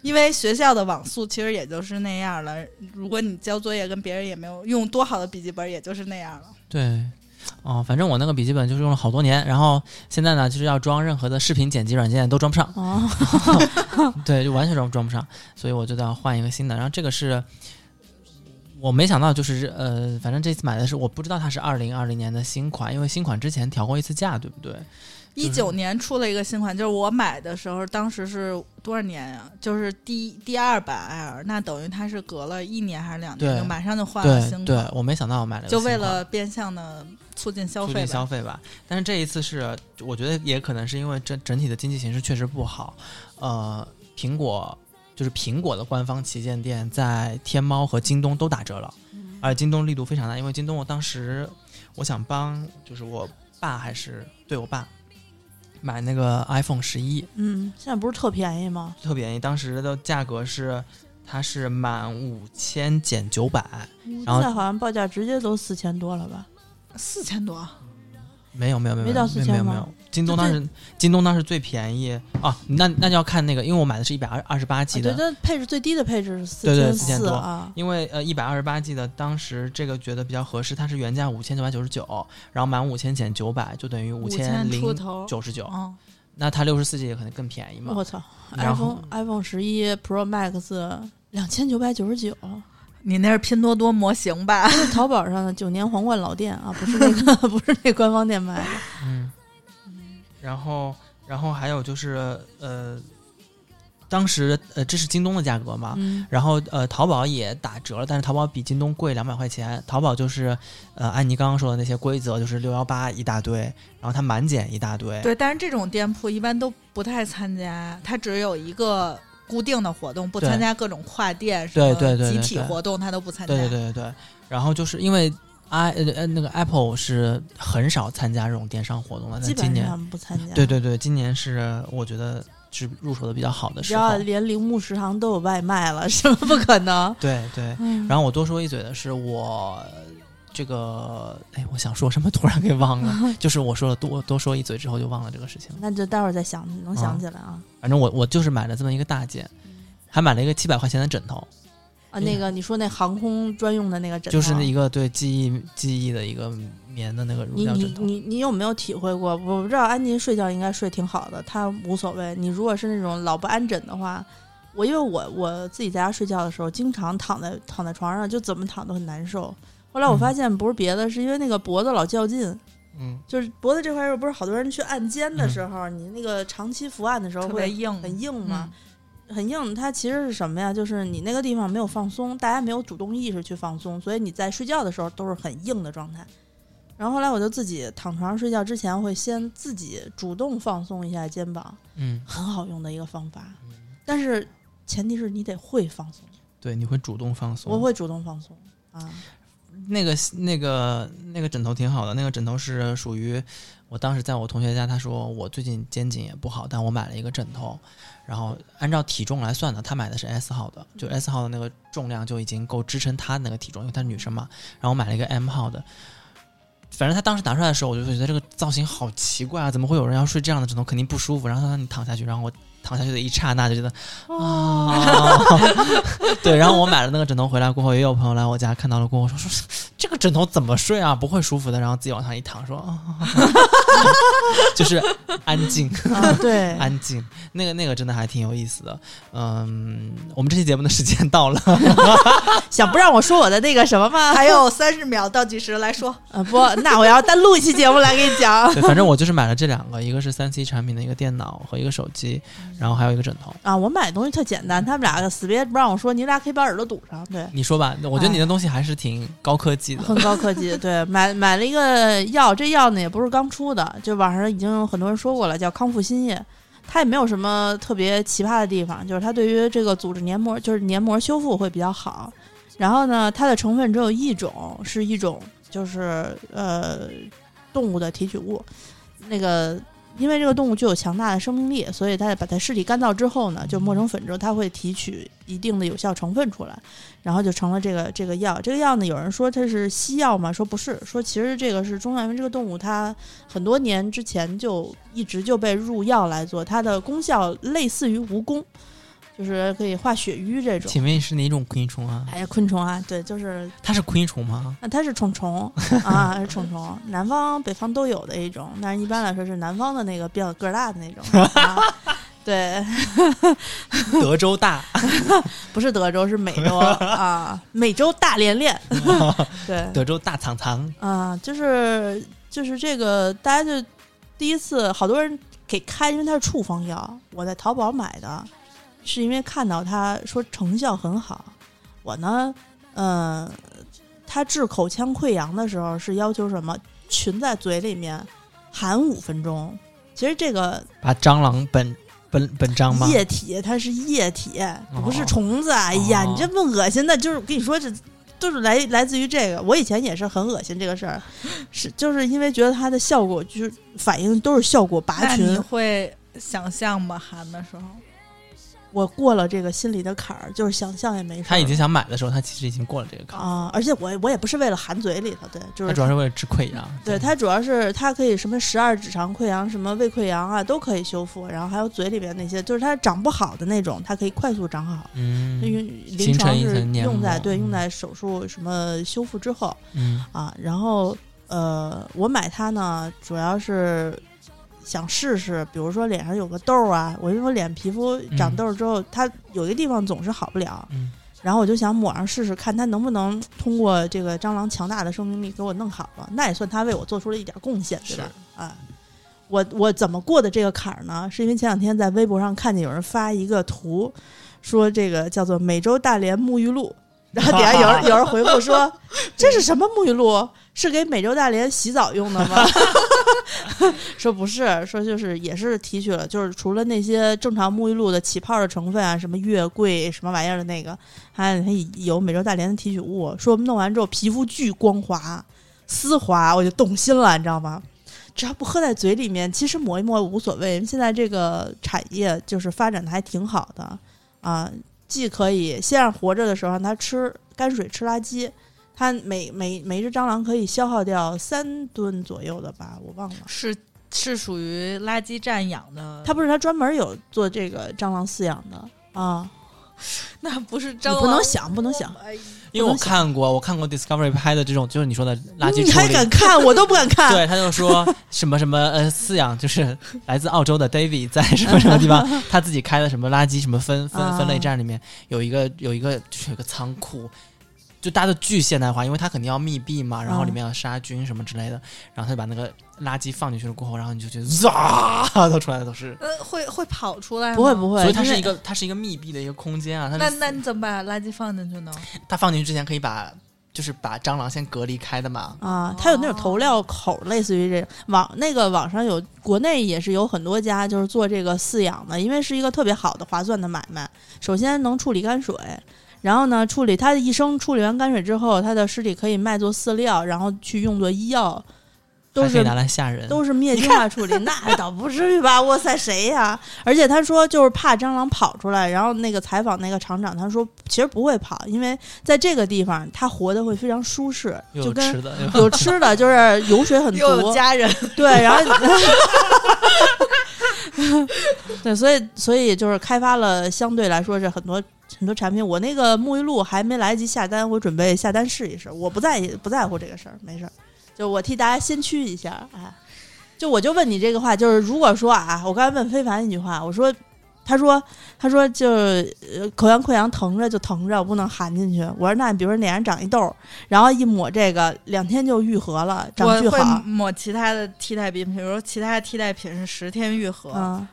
[SPEAKER 4] 因为学校的网速其实也就是那样了。如果你交作业跟别人也没有用多好的笔记本，也就是那样了。
[SPEAKER 3] 对哦，反正我那个笔记本就是用了好多年，然后现在呢，就是要装任何的视频剪辑软件都装不上，
[SPEAKER 2] 哦，
[SPEAKER 3] 对，就完全装装不上，所以我就得要换一个新的。然后这个是我没想到，就是呃，反正这次买的是我不知道它是二零二零年的新款，因为新款之前调过一次价，对不对？
[SPEAKER 4] 一九年出了一个新款，就是我买的时候，当时是多少年呀、就是第第二版 Air，那等于它是隔了一年还是两年，
[SPEAKER 3] 对
[SPEAKER 4] 就马上就换了
[SPEAKER 3] 对
[SPEAKER 4] 新
[SPEAKER 3] 对
[SPEAKER 4] 款，，
[SPEAKER 3] 我没想到我买了个
[SPEAKER 4] 就为
[SPEAKER 3] 新款
[SPEAKER 4] 了变相的促进消
[SPEAKER 3] 促
[SPEAKER 4] 费
[SPEAKER 3] 进
[SPEAKER 4] 吧
[SPEAKER 3] 消。费吧。但是这一次是，我觉得也可能是因为整整体的经济形势确实不好，呃，苹果就是苹果的官方旗舰店在天猫和京东都打折了，
[SPEAKER 4] 嗯
[SPEAKER 3] 而京东力度非常大，因为京东我当时我想帮就是我爸还是对我爸买那个 iPhone 十一，
[SPEAKER 2] [LAUGHS] 嗯，现在不是特便宜吗？
[SPEAKER 3] 特便宜，当时的价格是它是满五千减九百，
[SPEAKER 2] 现
[SPEAKER 3] 然后
[SPEAKER 2] 在好像报价直接都四千多了吧？
[SPEAKER 4] 四千多，啊
[SPEAKER 3] 没有没有没有
[SPEAKER 2] 没到
[SPEAKER 3] 没有
[SPEAKER 2] 4000
[SPEAKER 3] 没
[SPEAKER 2] 吗
[SPEAKER 3] 有，京东当时京东当时最便宜啊，那那就要看那个，因为我买的是一百二二十八
[SPEAKER 2] 我
[SPEAKER 3] G
[SPEAKER 2] 觉
[SPEAKER 3] 的，
[SPEAKER 2] 得啊配置最低的配置是四
[SPEAKER 3] 对对
[SPEAKER 2] 千
[SPEAKER 3] 4400
[SPEAKER 2] 四
[SPEAKER 3] 多
[SPEAKER 2] 啊。
[SPEAKER 3] 因为呃一百二十八 G 的当时这个觉得比较合适，它是原价五千九百九十九，然后满五千减九百就等于
[SPEAKER 4] 五
[SPEAKER 3] 千
[SPEAKER 4] 出
[SPEAKER 3] 零
[SPEAKER 4] 头。
[SPEAKER 3] 九十九，
[SPEAKER 4] 嗯，
[SPEAKER 3] 那它六十四 G 可能更便宜嘛
[SPEAKER 2] 哦我。操
[SPEAKER 3] 然后
[SPEAKER 2] ，iPhone iPhone 十一 Pro Max 两千九百九十九，
[SPEAKER 4] 你那是拼多多模型吧？
[SPEAKER 3] [LAUGHS]
[SPEAKER 2] 淘宝上的九年皇冠老店啊，不是那个 [LAUGHS] 不是那官方店卖
[SPEAKER 3] [LAUGHS]
[SPEAKER 2] 的，
[SPEAKER 3] 嗯，然后然后还有就是呃，当时呃这是京东的价格嘛，
[SPEAKER 2] 嗯
[SPEAKER 3] 然后呃，淘宝也打折了，但是淘宝比京东贵两百块钱。淘宝就是呃，按你刚刚说的那些规则，就是六幺八一大堆，然后它满减一大堆。
[SPEAKER 4] 对，但是这种店铺一般都不太参加，它只有一个固定的活动，不
[SPEAKER 3] 对
[SPEAKER 4] 参加各种跨店什
[SPEAKER 3] 对
[SPEAKER 4] 么
[SPEAKER 3] 对对
[SPEAKER 4] 集
[SPEAKER 3] 对
[SPEAKER 4] 体
[SPEAKER 3] 对
[SPEAKER 4] 活动，它都不参加。
[SPEAKER 3] 对对对对对。然后就是因为 i 呃呃那个 Apple 是很少参加这种电商活动的，
[SPEAKER 2] 基
[SPEAKER 3] 但今
[SPEAKER 2] 本
[SPEAKER 3] 年
[SPEAKER 2] 上不参加。
[SPEAKER 3] 对，对对，今年是我觉得是入手的比较好的
[SPEAKER 2] 只
[SPEAKER 3] 时候
[SPEAKER 2] 要。连铃木食堂都有外卖了，什么不可能？
[SPEAKER 3] 对对。
[SPEAKER 2] 嗯，
[SPEAKER 3] 然后我多说一嘴的是我。这个，哎，我想说什么，突然给忘了。就是我说了多多说一嘴之后，就忘了这个事情了。
[SPEAKER 2] 那就待会儿再想，能想起来啊。
[SPEAKER 3] 反正我我就是买了这么一个大件，
[SPEAKER 2] 嗯
[SPEAKER 3] 还买了一个七百块钱的枕头，
[SPEAKER 2] 啊，那个你说那航空专用的那个枕头，啊
[SPEAKER 3] 就是那一个对记忆记忆的一个棉的那个乳
[SPEAKER 2] 你
[SPEAKER 3] 胶
[SPEAKER 2] 你
[SPEAKER 3] 枕头。
[SPEAKER 2] 你你有没有体会过？我不知道安妮睡觉应该睡挺好的，她无所谓。你如果是那种老不安枕的话，我因为我我自己在家睡觉的时候，经常躺在躺在床上就怎么躺都很难受。后来我发现不是别的，是因为那个脖子老较劲，
[SPEAKER 3] 嗯，
[SPEAKER 2] 就是脖子这块肉不是好多人去按肩的时候，你那个长期伏案的时候
[SPEAKER 4] 嗯特别
[SPEAKER 2] 会
[SPEAKER 4] 硬， [LAUGHS]
[SPEAKER 2] 很硬嘛。
[SPEAKER 4] 嗯，
[SPEAKER 2] 很硬，它其实是什么呀？就是你那个地方没有放松，大家没有主动意识去放松，所以你在睡觉的时候都是很硬的状态。然后后来我就自己躺床上睡觉之前，会先自己主动放松一下肩膀，
[SPEAKER 3] 嗯，
[SPEAKER 2] 很好用的一个方法。
[SPEAKER 4] 嗯
[SPEAKER 2] 但是前提是你得会放松，
[SPEAKER 4] 哦
[SPEAKER 3] 对，你会主动放松。
[SPEAKER 2] 我会主动放松
[SPEAKER 4] [LAUGHS]
[SPEAKER 2] 啊。
[SPEAKER 3] 那个那个那个枕头挺好的，那个枕头是属于我当时在我同学家，他说我最近肩颈也不好，但我买了一个枕头，然后按照体重来算的，他买的是 S 号的，就 S 号的那个重量就已经够支撑她那个体重，因为她是女生嘛，然后我买了一个 M 号的。反正他当时拿出来的时候，我就觉得这个造型好奇怪啊！怎么会有人要睡这样的枕头？肯定不舒服。然后他让你躺下去，然后我躺下去的一刹那就觉得啊， [LAUGHS] 对。然后我买了那个枕头回来过后，也有朋友来我家看到了，跟我说说这个枕头怎么睡啊？不会舒服的。然后自己往上一躺，说，啊 [LAUGHS] 就是安静，
[SPEAKER 2] 啊，对，
[SPEAKER 4] [LAUGHS]
[SPEAKER 3] 安静。那个那个真的还挺有意思的。嗯，我们这期节目的时间到
[SPEAKER 2] [LAUGHS]
[SPEAKER 3] 了，
[SPEAKER 2] 想不让我说我的那个什么吗？
[SPEAKER 4] 还有三十秒倒计时，来说，
[SPEAKER 2] 呃不，那我要单录一期节目来给你讲
[SPEAKER 3] 对，反正我就是买了这两个，一个是三 C 产品的一个电脑和一个手机，
[SPEAKER 2] 嗯
[SPEAKER 3] 然后还有一个枕头。
[SPEAKER 2] 啊。我买东西特简单，他们俩死别不让我说，你俩可以把耳朵堵上。对，
[SPEAKER 3] 你说吧，我觉得你的东西还是挺高科技的。
[SPEAKER 2] 很高科技，对，买买了一个药，这药呢也不是刚出的，就网上已经有很多人说过了，叫康复新液。它也没有什么特别奇葩的地方，就是它对于这个组织黏膜，就是黏膜修复会比较好。然后呢，它的成分只有一种，是一种就是呃动物的提取物。那个因为这个动物具有强大的生命力，所以它把它尸体干燥之后呢，就磨成粉之后，它会提取一定的有效成分出来。然后就成了这个这个药。这个药呢，有人说它是西药嘛，说不是，说其实这个是中药，因为这个动物它很多年之前就一直就被入药来做，它的功效类似于蜈蚣，就是可以化血瘀这种。
[SPEAKER 3] 请问是哪种昆虫啊？
[SPEAKER 2] 哎呀，昆虫啊，对，就是
[SPEAKER 3] 它是昆虫
[SPEAKER 2] [LAUGHS]
[SPEAKER 3] 吗？
[SPEAKER 2] 啊，它是虫虫啊，是虫虫，南方、北方都有的一种，但是一般来说是南方的那个比较个儿大的那种。啊对， [LAUGHS]
[SPEAKER 3] 德州大，
[SPEAKER 2] 嗯不是德州，是美洲啊，美洲大连链。对，
[SPEAKER 3] 德州大苍苍。
[SPEAKER 2] 啊，就是就是这个，大家就第一次，好多人给开，因为它是处方药，我在淘宝买的，是因为看到它说成效很好，我呢，嗯、它治口腔溃疡的时候是要求什么？群在嘴里面含五分钟。其实这个
[SPEAKER 3] 把蟑螂本本本章吗？
[SPEAKER 2] 液体，它是液体，不是
[SPEAKER 3] 哦
[SPEAKER 2] 虫子。哎呀，
[SPEAKER 3] 哦
[SPEAKER 2] 你这么恶心的，就是我跟你说，这都是来来自于这个。我以前也是很恶心这个事儿，是就是因为觉得它的效果就是反应都是效果拔
[SPEAKER 4] 那你
[SPEAKER 2] 群。
[SPEAKER 4] 会想象吗？喊的时候，
[SPEAKER 2] 我过了这个心里的坎儿，就是想象也没事儿。
[SPEAKER 3] 他已经想买的时候，他其实已经过了这个坎儿，
[SPEAKER 2] 啊、而且我我也不是为了含嘴里头，对，就
[SPEAKER 3] 他
[SPEAKER 2] 是
[SPEAKER 3] 主要是为了治溃疡。
[SPEAKER 2] 嗯对，它主要是它可以什么十二指肠溃疡、什么胃溃疡啊都可以修复，然后还有嘴里边那些，就是它长不好的那种，它可以快速长好。
[SPEAKER 3] 嗯，
[SPEAKER 2] 因为临
[SPEAKER 3] 形
[SPEAKER 2] 床
[SPEAKER 3] 成一
[SPEAKER 2] 是
[SPEAKER 3] 层黏
[SPEAKER 2] 用在
[SPEAKER 3] 膜
[SPEAKER 2] 对用
[SPEAKER 3] 嗯
[SPEAKER 2] 在手术什么修复之后
[SPEAKER 3] 嗯
[SPEAKER 2] 啊，然后呃，我买它呢，主要是想试试，比如说脸上有个痘儿啊，我因为我脸皮肤长
[SPEAKER 3] 嗯
[SPEAKER 2] 痘儿之后，它有一个地方总是好不了，
[SPEAKER 3] 嗯
[SPEAKER 2] 然后我就想抹上试试，看它能不能通过这个蟑螂强大的生命力给我弄好了。那也算它为我做出了一点贡献，对吧？啊，我我怎么过的这个坎儿呢？是因为前两天在微博上看见有人发一个图，说这个叫做“美洲大连沐浴露”，然后底下有人有人回复说：“这是什么沐浴露？是给美洲大连洗澡用的吗？” [LAUGHS] 说不是，说就是也是提取了，就是除了那些正常沐浴露的起泡的成分啊，什么月桂什么玩意儿的那个，还有它有美洲大连的提取物。说我们弄完之后皮肤巨光滑、丝滑，我就动心了，你知道吗？只要不喝在嘴里面，其实抹一抹无所谓。现在这个产业就是发展的还挺好的啊，既可以先让活着的时候让它吃泔水、吃垃圾。它每每每一只蟑螂可以消耗掉三吨左右的吧，我忘了。
[SPEAKER 4] 是是属于垃圾站养的，
[SPEAKER 2] 他不是他专门有做这个蟑螂饲养的啊，
[SPEAKER 4] 那不是
[SPEAKER 2] 你
[SPEAKER 4] 蟑螂，
[SPEAKER 2] 不能想，不能想，
[SPEAKER 4] 哎呀
[SPEAKER 3] 因为我看过，我看过 Discovery 拍的这种，就是你说的垃圾
[SPEAKER 2] 嗯你
[SPEAKER 3] 处
[SPEAKER 2] 还
[SPEAKER 3] 理。
[SPEAKER 2] 敢看？我都不敢看。
[SPEAKER 3] 对，他就说什么什么呃，饲养就是来自澳洲的 David
[SPEAKER 2] [LAUGHS]
[SPEAKER 3] 在什么什么地方，他自己开的什么垃圾什么分
[SPEAKER 2] 啊
[SPEAKER 3] 分分类站里面有一个有一个就是有一个仓库，就搭的巨现代化，因为它肯定要密闭嘛，
[SPEAKER 2] 啊
[SPEAKER 3] 然后里面有杀菌什么之类的，然后他就把那个垃圾放进去了过后，然后你就觉得唰 [LAUGHS] 都出来的都是，
[SPEAKER 4] 呃，会会跑出来吗，
[SPEAKER 2] 不会不会，
[SPEAKER 3] 所以它是
[SPEAKER 2] 因为
[SPEAKER 3] 一个它是一个密闭的一个空间啊，它
[SPEAKER 4] 那
[SPEAKER 3] 是
[SPEAKER 4] 那你怎么把垃圾放进去呢？
[SPEAKER 3] 它放进去之前可以把就是把蟑螂先隔离开的嘛，
[SPEAKER 2] 啊，它有那种投料口，类似于这网那个网上有，国内也是有很多家就是做这个饲养的，因为是一个特别好的划算的买卖。首先能处理泔水，然后呢处理它的一生处理完泔水之后，它的尸体可以卖作饲料，然后去用作医药，都
[SPEAKER 3] 还可以
[SPEAKER 2] 是
[SPEAKER 3] 拿来吓人，
[SPEAKER 2] 都是灭菌化处理，那倒不至于吧？哇塞，谁呀、而且他说就是怕蟑螂跑出来，然后那个采访那个厂长，他说其实不会跑，因为在这个地方它活得会非常舒适，
[SPEAKER 3] 又
[SPEAKER 2] 就
[SPEAKER 3] 有
[SPEAKER 2] 跟 [LAUGHS]
[SPEAKER 3] 吃的，又有
[SPEAKER 2] 有吃的，就是油水
[SPEAKER 3] [LAUGHS]
[SPEAKER 2] 很
[SPEAKER 4] 又有
[SPEAKER 2] 足，
[SPEAKER 4] 家人，
[SPEAKER 2] [LAUGHS] 对，然后。对，所以所以就是开发了相对来说是很多很多产品。我那个沐浴露还没来得及下单，我准备下单试一试。我不在意不在乎这个事儿，没事儿，就我替大家先驱一下。哎，就我就问你这个话，就是如果说啊，我刚才问非凡一句话，我说。他说：“他说就是呃口腔溃疡疼着就疼着，我不能含进去。我说那你比如说脸上长一痘儿，然后一抹这个，两天就愈合了，长
[SPEAKER 4] 我
[SPEAKER 2] 巨
[SPEAKER 4] 会
[SPEAKER 2] 好。
[SPEAKER 4] 抹其他的替代品，比如说其他的替代品是十天愈合，
[SPEAKER 2] 嗯，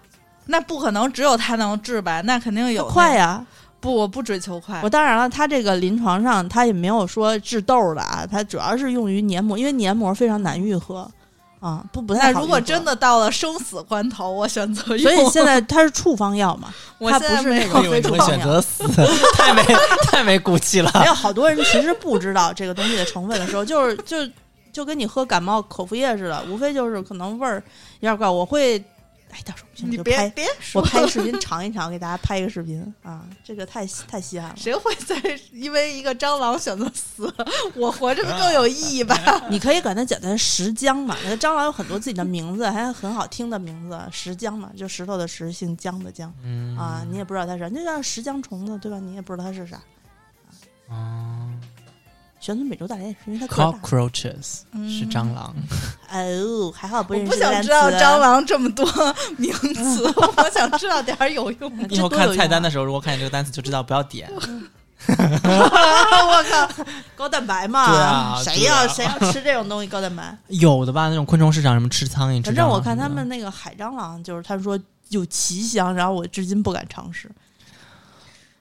[SPEAKER 4] 那不可能只有它能治吧？那肯定有那
[SPEAKER 2] 快呀、
[SPEAKER 4] 不，我不追求快
[SPEAKER 2] 我，当然了，它这个临床上它也没有说治痘的啊，它主要是用于黏膜，因为黏膜非常难愈合啊，不不
[SPEAKER 4] 那
[SPEAKER 2] 太好。
[SPEAKER 4] 如果真，的到了生死关头，我选择用。
[SPEAKER 2] 所以现
[SPEAKER 4] [LAUGHS]
[SPEAKER 2] 在它是处方药嘛，
[SPEAKER 4] 我
[SPEAKER 2] 它
[SPEAKER 4] 现在
[SPEAKER 2] 不是
[SPEAKER 4] 没
[SPEAKER 2] 那
[SPEAKER 4] 有
[SPEAKER 2] 种
[SPEAKER 3] 我以为
[SPEAKER 2] 非
[SPEAKER 3] 你
[SPEAKER 2] 处
[SPEAKER 3] 会
[SPEAKER 2] 方
[SPEAKER 3] 选
[SPEAKER 2] 药
[SPEAKER 3] 择死， [LAUGHS] 太没太没骨气了。
[SPEAKER 2] 没有好多人其实不知道这个东西的成分的时候，就是就就跟你喝感冒口服液似的，无非就是可能味儿有点怪。我会，哎，到时候不行我
[SPEAKER 4] 你
[SPEAKER 2] 就
[SPEAKER 4] 别
[SPEAKER 2] 拍，
[SPEAKER 4] 别
[SPEAKER 2] 我
[SPEAKER 4] 说，
[SPEAKER 2] 拍个视频尝一尝，给大家拍一个视频啊，这个太太稀罕了。
[SPEAKER 4] 谁会在因为一个蟑螂选择死？我活着更有意义吧？ [LAUGHS]
[SPEAKER 2] 你可以管它叫它石浆嘛，那个蟑螂有很多自己的名字，还很好听的名字，石浆嘛，就石头的石，姓姜的姜
[SPEAKER 3] 嗯
[SPEAKER 2] 啊，你也不知道它是啥，那叫石浆虫子对吧？你也不知道它是啥。
[SPEAKER 3] 哦
[SPEAKER 2] 玄尊美洲大蠊也是因为它个儿大，
[SPEAKER 3] ，cockroaches
[SPEAKER 2] 嗯
[SPEAKER 3] 是蟑螂，
[SPEAKER 2] 哎呦，还好不
[SPEAKER 4] 我
[SPEAKER 2] 认识
[SPEAKER 4] 不
[SPEAKER 2] 这个
[SPEAKER 4] 想
[SPEAKER 2] 单
[SPEAKER 4] 知道
[SPEAKER 2] 词
[SPEAKER 4] 蟑。螂这么多 [LAUGHS] 名词，我想知道点儿有用
[SPEAKER 3] [LAUGHS]
[SPEAKER 4] 的。
[SPEAKER 3] 以后看
[SPEAKER 2] 啊
[SPEAKER 3] 菜单的时候，如果看见这个单词就知道不要点。
[SPEAKER 2] 我靠，啊高蛋白嘛，
[SPEAKER 3] 对啊
[SPEAKER 2] 谁
[SPEAKER 3] 对
[SPEAKER 2] 要、
[SPEAKER 3] 啊
[SPEAKER 2] 谁要吃这种东西高蛋白？
[SPEAKER 3] 有的吧，那种昆虫市场什么吃苍蝇，吃
[SPEAKER 2] 反正
[SPEAKER 3] 蟑螂
[SPEAKER 2] 我看
[SPEAKER 3] 什
[SPEAKER 2] 他
[SPEAKER 3] 么的
[SPEAKER 2] 们那个海蟑螂，就是他们说有奇香，然后我至今不敢尝试。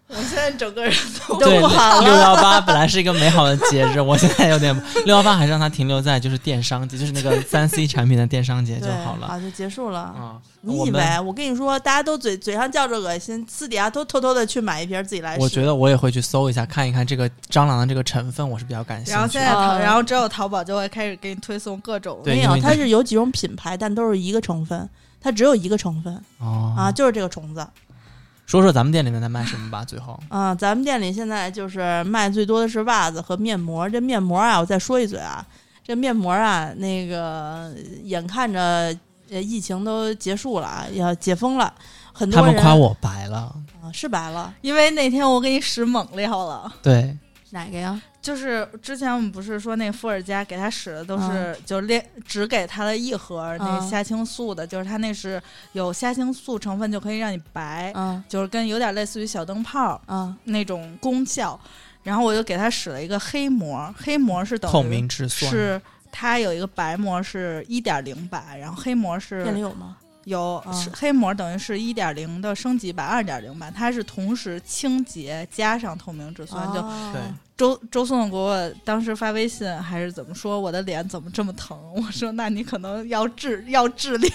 [SPEAKER 4] 我现在整个人都
[SPEAKER 2] 都
[SPEAKER 3] 对
[SPEAKER 2] 不好了啊
[SPEAKER 3] 六幺八本来是一个美好的节日，我现在有点 [LAUGHS] 六幺八还让它停留在就是电商节，就是那个三 C 产品的电商节就
[SPEAKER 2] 对，
[SPEAKER 3] 好了。
[SPEAKER 2] 啊，就结束了。
[SPEAKER 3] 啊，
[SPEAKER 2] 你
[SPEAKER 3] 我
[SPEAKER 2] 以
[SPEAKER 3] 们
[SPEAKER 2] 为我跟你说，大家都嘴嘴上叫着恶心，私底下都偷偷的去买一瓶自己来试。
[SPEAKER 3] 我觉得我也会去搜一下，看一看这个蟑螂的这个成分，我是比较感兴趣的。
[SPEAKER 4] [LAUGHS] 然后现在淘，
[SPEAKER 2] 嗯
[SPEAKER 4] 然后之后淘宝就会开始给你推送各种
[SPEAKER 3] 对
[SPEAKER 2] 没
[SPEAKER 3] 因
[SPEAKER 2] 有
[SPEAKER 3] 为，
[SPEAKER 2] 它
[SPEAKER 3] 你
[SPEAKER 2] 是有几种品牌，但都是一个成分，它只有一个成分
[SPEAKER 3] 哦
[SPEAKER 2] 啊，就是这个虫子
[SPEAKER 3] 说说咱们店里面在卖什么吧，最后。
[SPEAKER 2] 啊。咱们店里现在就是卖最多的是袜子和面膜。这面膜啊，我再说一嘴啊，这面膜啊，那个眼看着呃疫情都结束了啊，要解封了，很多
[SPEAKER 3] 他
[SPEAKER 2] 人
[SPEAKER 3] 们夸我白了，
[SPEAKER 2] 啊是白了
[SPEAKER 4] 因为那天我给你使猛料了，
[SPEAKER 3] 对，
[SPEAKER 2] 哪个呀？
[SPEAKER 4] 就是之前我们不是说那伏尔加给他使的都是就连只给他了一盒那
[SPEAKER 2] 嗯
[SPEAKER 4] 虾青素的，就是它那是有虾青素成分就可以让你白，
[SPEAKER 2] 啊
[SPEAKER 4] 就是跟有点类似于小灯泡
[SPEAKER 2] 啊
[SPEAKER 4] 那种功效。然后我就给他使了一个黑膜，黑膜是等于
[SPEAKER 3] 透明质酸
[SPEAKER 4] 是它有一个白膜是一点零版，然后黑膜
[SPEAKER 2] 店里
[SPEAKER 4] 是
[SPEAKER 2] 有吗？
[SPEAKER 4] 有、
[SPEAKER 2] 啊
[SPEAKER 4] 是黑膜等于是一点零的升级版、二点零版，它是同时清洁加上透明质酸，就
[SPEAKER 2] 哦
[SPEAKER 3] 对，
[SPEAKER 4] 周周颂给我当时发微信还是怎么说，我的脸怎么这么疼？我说那你可能要治 [LAUGHS] 要治疗。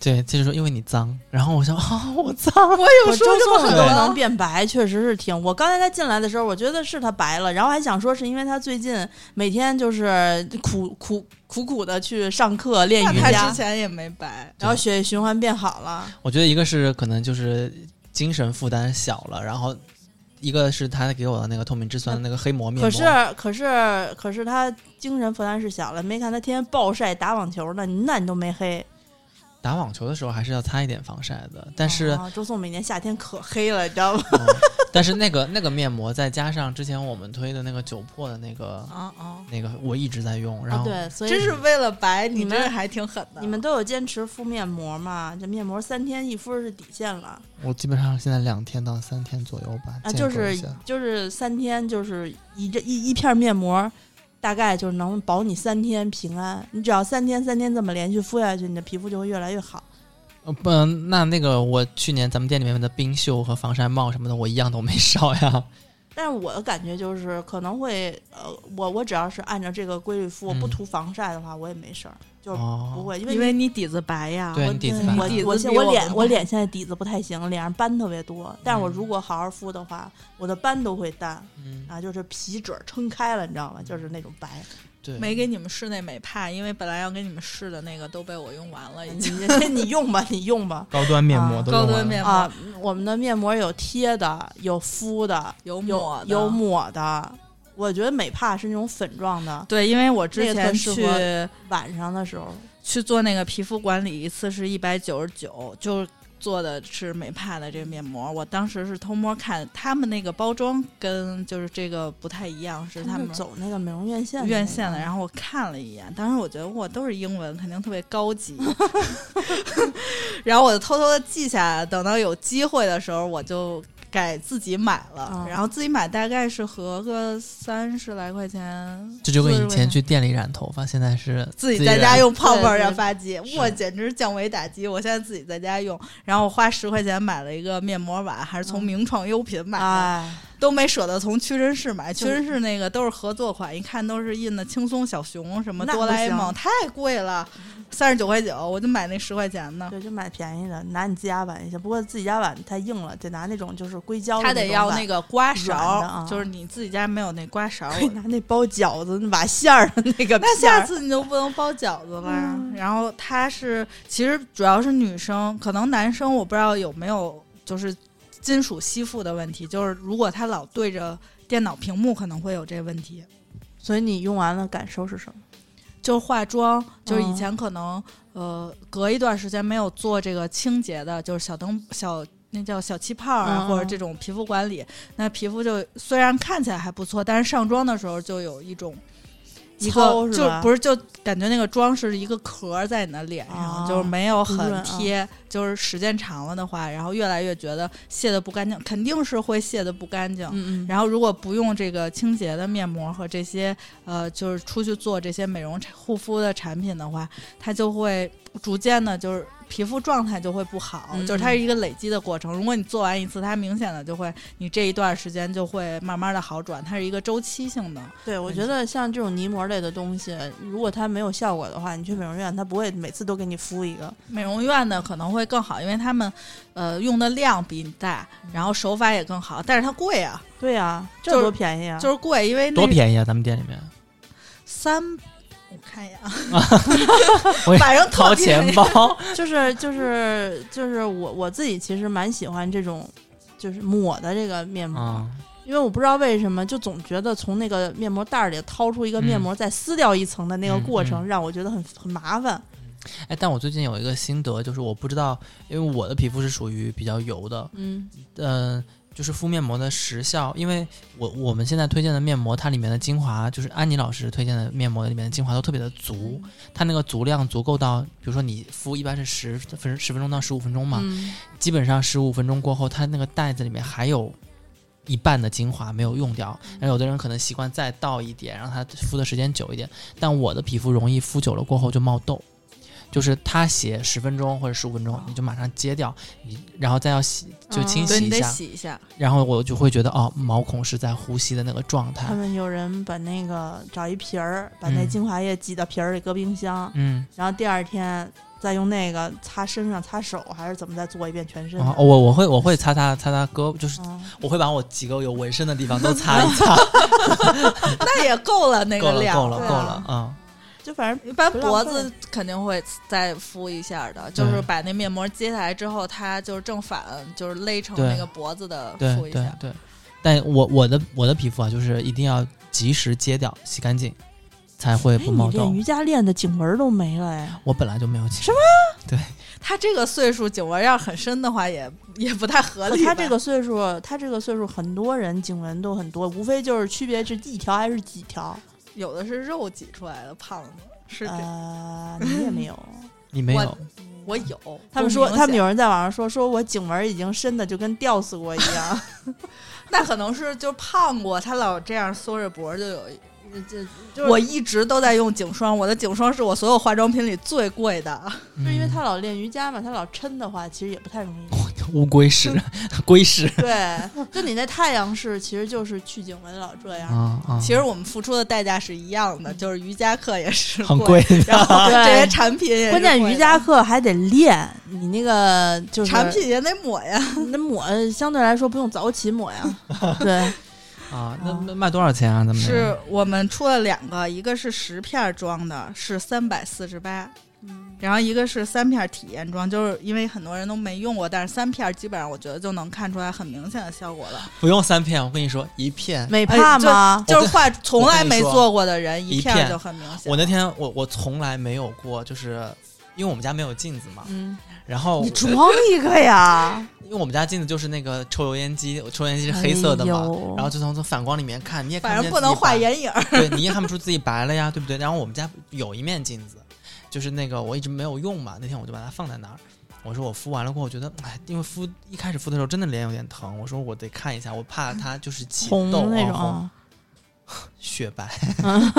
[SPEAKER 3] 对，就是说因为你脏，然后我想啊、我
[SPEAKER 4] [LAUGHS]
[SPEAKER 3] 脏，
[SPEAKER 4] 我有说这么
[SPEAKER 2] 很
[SPEAKER 4] 狠
[SPEAKER 2] 多
[SPEAKER 3] 对
[SPEAKER 2] 能
[SPEAKER 4] 吗？
[SPEAKER 2] 变白，确实是挺。我刚才他进来的时候，我觉得是他白了，然后还想说是因为他最近每天就是苦苦苦苦的去上课练
[SPEAKER 4] 那
[SPEAKER 2] 瑜
[SPEAKER 4] 他
[SPEAKER 2] 伽
[SPEAKER 4] 之，前也没白，
[SPEAKER 2] 然后血液循环变好了。
[SPEAKER 3] [LAUGHS] 我觉得一个是可能就是精神负担小了，然后一个是他给我的那个透明质酸的那个黑膜面膜，
[SPEAKER 2] 可是可是可是他精神负担是小了，没看他天天暴晒打网球呢，那你都没黑。
[SPEAKER 3] 打网球的时候还是要擦一点防晒的，但是、
[SPEAKER 2] 啊周颂每年夏天可黑了，你知道吗？
[SPEAKER 3] 嗯 [LAUGHS] 但是那个那个面膜再加上之前我们推的那个九珀的那个
[SPEAKER 4] [LAUGHS] 啊啊，
[SPEAKER 3] 那个，我一直在用，然
[SPEAKER 2] 啊
[SPEAKER 3] 后、
[SPEAKER 2] 哦对，所以
[SPEAKER 4] 真是为了白，
[SPEAKER 2] 你
[SPEAKER 4] 你
[SPEAKER 2] 们
[SPEAKER 4] 这还挺狠的。
[SPEAKER 2] 你们都有坚持敷面膜嘛？这面膜三天一敷是底线了
[SPEAKER 3] 我基本上现在两天到三天左右吧，
[SPEAKER 2] 啊，
[SPEAKER 3] 间
[SPEAKER 2] 就
[SPEAKER 3] 隔
[SPEAKER 2] 是
[SPEAKER 3] 一下
[SPEAKER 2] 就是三天，就是一这一一片面膜，大概就是能保你三天平安。你只要三天三天这么连续敷下去，你的皮肤就会越来越好。
[SPEAKER 3] 呃不、那那个我去年咱们店里面的冰袖和防晒帽什么的，我一样都没少呀。
[SPEAKER 2] 但是我的感觉就是可能会呃，我我只要是按照这个规律敷，我不
[SPEAKER 3] 嗯
[SPEAKER 2] 涂防晒的话，我也没事儿，就不
[SPEAKER 3] 哦，
[SPEAKER 2] 会因为
[SPEAKER 4] 因为你底子白呀，
[SPEAKER 3] 对
[SPEAKER 2] 我
[SPEAKER 3] 你底子
[SPEAKER 2] 对
[SPEAKER 3] 白
[SPEAKER 2] 我
[SPEAKER 4] 底
[SPEAKER 2] 我
[SPEAKER 4] 子
[SPEAKER 2] 现
[SPEAKER 4] 比
[SPEAKER 2] 我
[SPEAKER 4] 我
[SPEAKER 2] 脸
[SPEAKER 4] 们
[SPEAKER 2] 我
[SPEAKER 4] 大
[SPEAKER 2] 脸现在底子不太行，脸上斑特别多。但是我如果好好敷的话，我的斑都会淡
[SPEAKER 3] 嗯，
[SPEAKER 2] 啊，就是皮褶儿撑开了，你知道吗？就是那种白。
[SPEAKER 3] 对，
[SPEAKER 4] 没给你们试那美帕，因为本来要给你们试的那个都被我用完了，已
[SPEAKER 2] 你
[SPEAKER 4] 经。
[SPEAKER 2] 这你用吧，你用吧。
[SPEAKER 3] 高端面膜
[SPEAKER 2] 啊
[SPEAKER 3] 嗯都用
[SPEAKER 4] 高
[SPEAKER 3] 完了
[SPEAKER 4] 端面膜
[SPEAKER 2] 啊，我们的面膜有贴的，有敷的，
[SPEAKER 4] 有抹
[SPEAKER 2] 有
[SPEAKER 4] 的
[SPEAKER 2] 有抹的。我觉得美帕是那种粉状的，
[SPEAKER 4] 对，因为我
[SPEAKER 2] 那
[SPEAKER 4] 之
[SPEAKER 2] 个特
[SPEAKER 4] 前
[SPEAKER 2] 适
[SPEAKER 4] 去
[SPEAKER 2] 合晚上的时候
[SPEAKER 4] 去做那个皮肤管理一次是一百九十九，就做的是美帕的这个面膜。我当时是偷摸看他们那个包装跟就是这个不太一样，是他
[SPEAKER 2] 他
[SPEAKER 4] 们
[SPEAKER 2] 们走那个美容院线的
[SPEAKER 4] 院
[SPEAKER 2] 那
[SPEAKER 4] 线
[SPEAKER 2] 个
[SPEAKER 4] 的。然后我看了一眼，当时我觉得我都是英文，肯定特别高级。然后我就偷偷的记下来，等到有机会的时候我就。改自己买了，
[SPEAKER 2] 啊
[SPEAKER 4] 然后自己买大概是合个三十来块钱，
[SPEAKER 3] 这就跟以
[SPEAKER 4] 40块
[SPEAKER 3] 前去店里染头发，现在是
[SPEAKER 4] 自己
[SPEAKER 3] 己
[SPEAKER 4] 在家
[SPEAKER 3] 染。
[SPEAKER 4] 用泡泡
[SPEAKER 2] 对
[SPEAKER 4] 染
[SPEAKER 2] 对
[SPEAKER 4] 发剂，我简直降维打击！我现在自己在家用，然后我花十块钱买了一个面膜碗，还是从
[SPEAKER 2] 嗯
[SPEAKER 4] 名创优品买的，
[SPEAKER 2] 哎，
[SPEAKER 4] 都没舍得从屈臣氏买。
[SPEAKER 2] 就
[SPEAKER 4] 屈臣氏那个都是合作款，一看都是印的轻松小熊什么
[SPEAKER 2] 那
[SPEAKER 4] 哆啦
[SPEAKER 2] 不
[SPEAKER 4] A
[SPEAKER 2] 行
[SPEAKER 4] 梦，太贵了，三十九块九，我就买那十块钱的。
[SPEAKER 2] 对，就买便宜的，拿你自家碗也行。不过自己家碗太硬了，得拿那种就是硅胶的
[SPEAKER 4] 他
[SPEAKER 2] 种碗。
[SPEAKER 4] 得要那个刮勺，
[SPEAKER 2] 软的啊
[SPEAKER 4] 就是你自己家没有那刮勺，
[SPEAKER 2] 可以拿那包饺子瓦馅儿 [LAUGHS] 的那个
[SPEAKER 4] [LAUGHS] 那
[SPEAKER 2] 片
[SPEAKER 4] 下
[SPEAKER 2] 儿。
[SPEAKER 4] 次你就不能包饺子了。然后它是，其实主要是女生，可能男生我不知道有没有就是金属吸附的问题，就是如果他老对着电脑屏幕，可能会有这个问题。
[SPEAKER 2] 所以你用完了感受是什么？
[SPEAKER 4] 就是化妆，就是以
[SPEAKER 2] 嗯
[SPEAKER 4] 前可能、呃隔一段时间没有做这个清洁的，就是小灯小那叫小气泡啊，
[SPEAKER 2] 嗯嗯
[SPEAKER 4] 或者这种皮肤管理，那皮肤就虽然看起来还不错，但是上妆的时候就有一种。一
[SPEAKER 2] 糙
[SPEAKER 4] 个
[SPEAKER 2] 是
[SPEAKER 4] 就
[SPEAKER 2] 吧
[SPEAKER 4] 不是就感觉那个妆是一个壳儿在你的脸上，
[SPEAKER 2] 啊
[SPEAKER 4] 就是没有
[SPEAKER 2] 不润
[SPEAKER 4] 很
[SPEAKER 2] 啊
[SPEAKER 4] 贴，就是时间长了的话，然后越来越觉得卸的不干净，肯定是会卸的不干净。
[SPEAKER 2] 嗯
[SPEAKER 4] 然后如果不用这个清洁的面膜和这些呃，就是出去做这些美容产护肤的产品的话，它就会逐渐的，就是皮肤状态就会不好，
[SPEAKER 2] 嗯
[SPEAKER 4] 就是它是一个累积的过程。如果你做完一次，它明显的就会，你这一段时间就会慢慢的好转，它是一个周期性的。
[SPEAKER 2] 对，我觉得像这种泥膜类的东西，如果它没有效果的话，你去美容院，它不会每次都给你敷一个。
[SPEAKER 4] 美容院的可能会更好，因为他们呃用的量比你大，
[SPEAKER 3] 嗯
[SPEAKER 4] 然后手法也更好，但是它贵啊，
[SPEAKER 2] 对啊，这
[SPEAKER 4] 就是
[SPEAKER 2] 多便宜啊！ [LAUGHS]
[SPEAKER 4] 就是贵，因为那
[SPEAKER 3] 多便宜啊！咱们店里面，
[SPEAKER 4] 三。我看一眼啊，
[SPEAKER 3] [LAUGHS] 我也
[SPEAKER 4] 反正特
[SPEAKER 3] 掏
[SPEAKER 4] 便宜
[SPEAKER 3] 钱包，
[SPEAKER 2] 就是就是就是我我自己其实蛮喜欢这种，就是抹的这个
[SPEAKER 3] [LAUGHS]
[SPEAKER 2] 面膜，
[SPEAKER 3] 嗯，
[SPEAKER 2] 因为我不知道为什么，就总觉得从那个面膜袋儿里掏出一个面膜，再撕掉一层的那个过程，
[SPEAKER 3] 嗯
[SPEAKER 2] 让我觉得很很麻烦。
[SPEAKER 3] 哎，但我最近有一个心得，就是我不知道，因为我的皮肤是属于比较油的，
[SPEAKER 2] 嗯
[SPEAKER 3] 嗯、就是敷面膜的时效，因为我我们现在推荐的面膜，它里面的精华，就是安妮老师推荐的面膜里面的精华都特别的足，它那个足量足够到，比如说你敷一般是十分十分钟到十五分钟嘛，
[SPEAKER 2] 嗯，
[SPEAKER 3] 基本上十五分钟过后，它那个袋子里面还有一半的精华没有用掉。然后有的人可能习惯再倒一点，让它敷的时间久一点。但我的皮肤容易敷久了过后就冒痘，就是它写十分钟或者十五分钟，你就马上揭掉，你然后再要洗就清
[SPEAKER 4] 嗯对
[SPEAKER 3] 洗
[SPEAKER 4] 你
[SPEAKER 3] 一
[SPEAKER 4] 得
[SPEAKER 3] 下，
[SPEAKER 4] 洗一下，
[SPEAKER 3] 然后我就会觉得哦，毛孔是在呼吸的那个状态
[SPEAKER 2] 他。们有人把那个找一瓶儿，把那
[SPEAKER 3] 哎嗯
[SPEAKER 2] 精华液挤到瓶儿里搁冰箱，
[SPEAKER 3] 嗯，
[SPEAKER 2] 然后第二天再用那个擦身上、擦手还是怎么再做一遍全身。
[SPEAKER 3] 哦，我我会我会擦擦擦擦胳膊，就是
[SPEAKER 2] 嗯，
[SPEAKER 3] 我会把我几个有纹身的地方都擦一擦，
[SPEAKER 4] 那 [LAUGHS] 也够了那
[SPEAKER 3] 够
[SPEAKER 4] 个
[SPEAKER 3] 了
[SPEAKER 4] 量，
[SPEAKER 3] 够了
[SPEAKER 2] 对
[SPEAKER 3] 够
[SPEAKER 2] 啊
[SPEAKER 3] 了，嗯。
[SPEAKER 2] 就反正
[SPEAKER 4] 一般
[SPEAKER 2] 不浪
[SPEAKER 4] 脖子肯定会再敷一下的，就是把那面膜揭下来之后，它就是正反，就是勒成
[SPEAKER 3] 对
[SPEAKER 4] 那个脖子 [LAUGHS] 的
[SPEAKER 3] 对
[SPEAKER 4] 敷一
[SPEAKER 3] 对
[SPEAKER 4] 下。
[SPEAKER 3] 对，但我我的我的皮肤啊，就是一定要及时揭掉、洗干净，才会
[SPEAKER 2] 哎，
[SPEAKER 3] 不
[SPEAKER 2] 你
[SPEAKER 3] 冒
[SPEAKER 2] 练
[SPEAKER 3] 痘
[SPEAKER 2] 瑜。伽练的颈纹都没了哎，
[SPEAKER 3] 我本来就没有起，
[SPEAKER 2] 什
[SPEAKER 4] 他这个岁数颈纹要是很深的话 [LAUGHS] 也，也不太合理吧。
[SPEAKER 2] 他这个岁数，他这个岁数，很多人颈纹都很多，无非就是区别是一条还是几条。
[SPEAKER 4] 有的是肉挤出来的胖子，是这
[SPEAKER 2] 呃，你也没有。
[SPEAKER 3] 你没有
[SPEAKER 4] 我我有。
[SPEAKER 2] [LAUGHS] 他们说，
[SPEAKER 4] 不明显
[SPEAKER 2] 他们有人在网上说，说我颈纹已经深的就跟吊死过一 [LAUGHS] 样。
[SPEAKER 4] 那可能是就胖过，他老这样缩着脖就有。就
[SPEAKER 2] 就是
[SPEAKER 4] 我一直都在用颈霜，我的颈霜是我所有化妆品里最贵的。
[SPEAKER 2] 就
[SPEAKER 3] 嗯，
[SPEAKER 2] 因为他老练瑜伽嘛，他老抻的话，其实也不太容易。
[SPEAKER 3] [LAUGHS] 乌龟式、
[SPEAKER 4] 嗯
[SPEAKER 3] 龟
[SPEAKER 4] [LAUGHS]
[SPEAKER 3] 式
[SPEAKER 2] 对，就你那太阳式，其实就是去颈纹老这样。
[SPEAKER 3] 啊啊，
[SPEAKER 4] 其实我们付出的代价是一样的，就是瑜伽课也是
[SPEAKER 3] 很
[SPEAKER 4] 贵，
[SPEAKER 3] 贵
[SPEAKER 4] [LAUGHS]
[SPEAKER 3] 的。
[SPEAKER 4] 然后
[SPEAKER 2] 对
[SPEAKER 4] 这些产品也是
[SPEAKER 2] 关键
[SPEAKER 4] 贵的
[SPEAKER 2] 瑜伽课还得练，你那个就是
[SPEAKER 4] 产品也得抹呀，
[SPEAKER 2] 那抹相对来说不用早起抹 [LAUGHS] 呀。对，
[SPEAKER 3] 啊，那那卖多少钱啊？咱们那个
[SPEAKER 4] 嗯是我们出了两个，一个是十片装的，是三百四十八，
[SPEAKER 2] 嗯
[SPEAKER 4] 然后一个是三片体验装，就是因为很多人都没用过，但是三片基本上我觉得就能看出来很明显的效果了。哎
[SPEAKER 3] 不用三片，我跟你说，一片。
[SPEAKER 2] 美怕吗？
[SPEAKER 4] 就是
[SPEAKER 3] 我跟
[SPEAKER 4] 画从来没
[SPEAKER 3] 我跟你说
[SPEAKER 4] 做过的人，
[SPEAKER 3] 一
[SPEAKER 4] 片
[SPEAKER 3] 片
[SPEAKER 4] 就很明显。
[SPEAKER 3] 我那天我我从来没有过，就是因为我们家没有镜子嘛，
[SPEAKER 2] 嗯，
[SPEAKER 3] 然后
[SPEAKER 4] 哦
[SPEAKER 2] 你装一个
[SPEAKER 4] [LAUGHS]
[SPEAKER 2] 呀。
[SPEAKER 3] 因为我们家镜子就是那个抽油烟机，我抽油烟机是黑色的嘛
[SPEAKER 2] 哎呦，
[SPEAKER 3] 然后就从从反光里面看，你也看
[SPEAKER 4] 反
[SPEAKER 3] 见
[SPEAKER 4] 正不能
[SPEAKER 3] 自己
[SPEAKER 4] 画
[SPEAKER 3] 白
[SPEAKER 4] 眼影 [LAUGHS] 儿，
[SPEAKER 3] 对你也看不出自己白了呀， [LAUGHS] 对不对？然后我们家有一面镜子，就是那个我一直没有用嘛，那天我就把它放在那儿。我说我敷完了过后，我觉得哎，因为敷一开始敷的时候真的脸有点疼，我说我得看一下，我怕它就是起
[SPEAKER 2] 红
[SPEAKER 3] 痘
[SPEAKER 2] 那
[SPEAKER 3] 啊
[SPEAKER 2] 种
[SPEAKER 3] 红
[SPEAKER 2] 啊，
[SPEAKER 3] 雪白， [LAUGHS]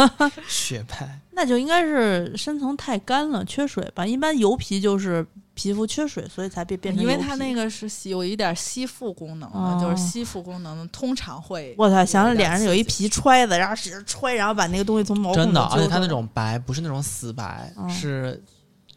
[SPEAKER 3] 雪白。
[SPEAKER 2] 那就应该是深层太干了，缺水吧。一般油皮就是皮肤缺水，所以才被变成
[SPEAKER 4] 因
[SPEAKER 2] 油
[SPEAKER 4] 为
[SPEAKER 2] 皮。
[SPEAKER 4] 它那个是吸有一点吸附功能的，
[SPEAKER 2] 哦
[SPEAKER 4] 就是吸附功能的通常会。
[SPEAKER 2] 我操，想想
[SPEAKER 4] 有点
[SPEAKER 2] 脸上有一
[SPEAKER 4] 刺激
[SPEAKER 2] 皮揣子，然后使劲揣，然后把那个东西从毛孔
[SPEAKER 3] 真的，
[SPEAKER 2] 里揪
[SPEAKER 3] 而且它
[SPEAKER 2] 出来
[SPEAKER 3] 那种白不是那种死白，
[SPEAKER 2] 嗯
[SPEAKER 3] 是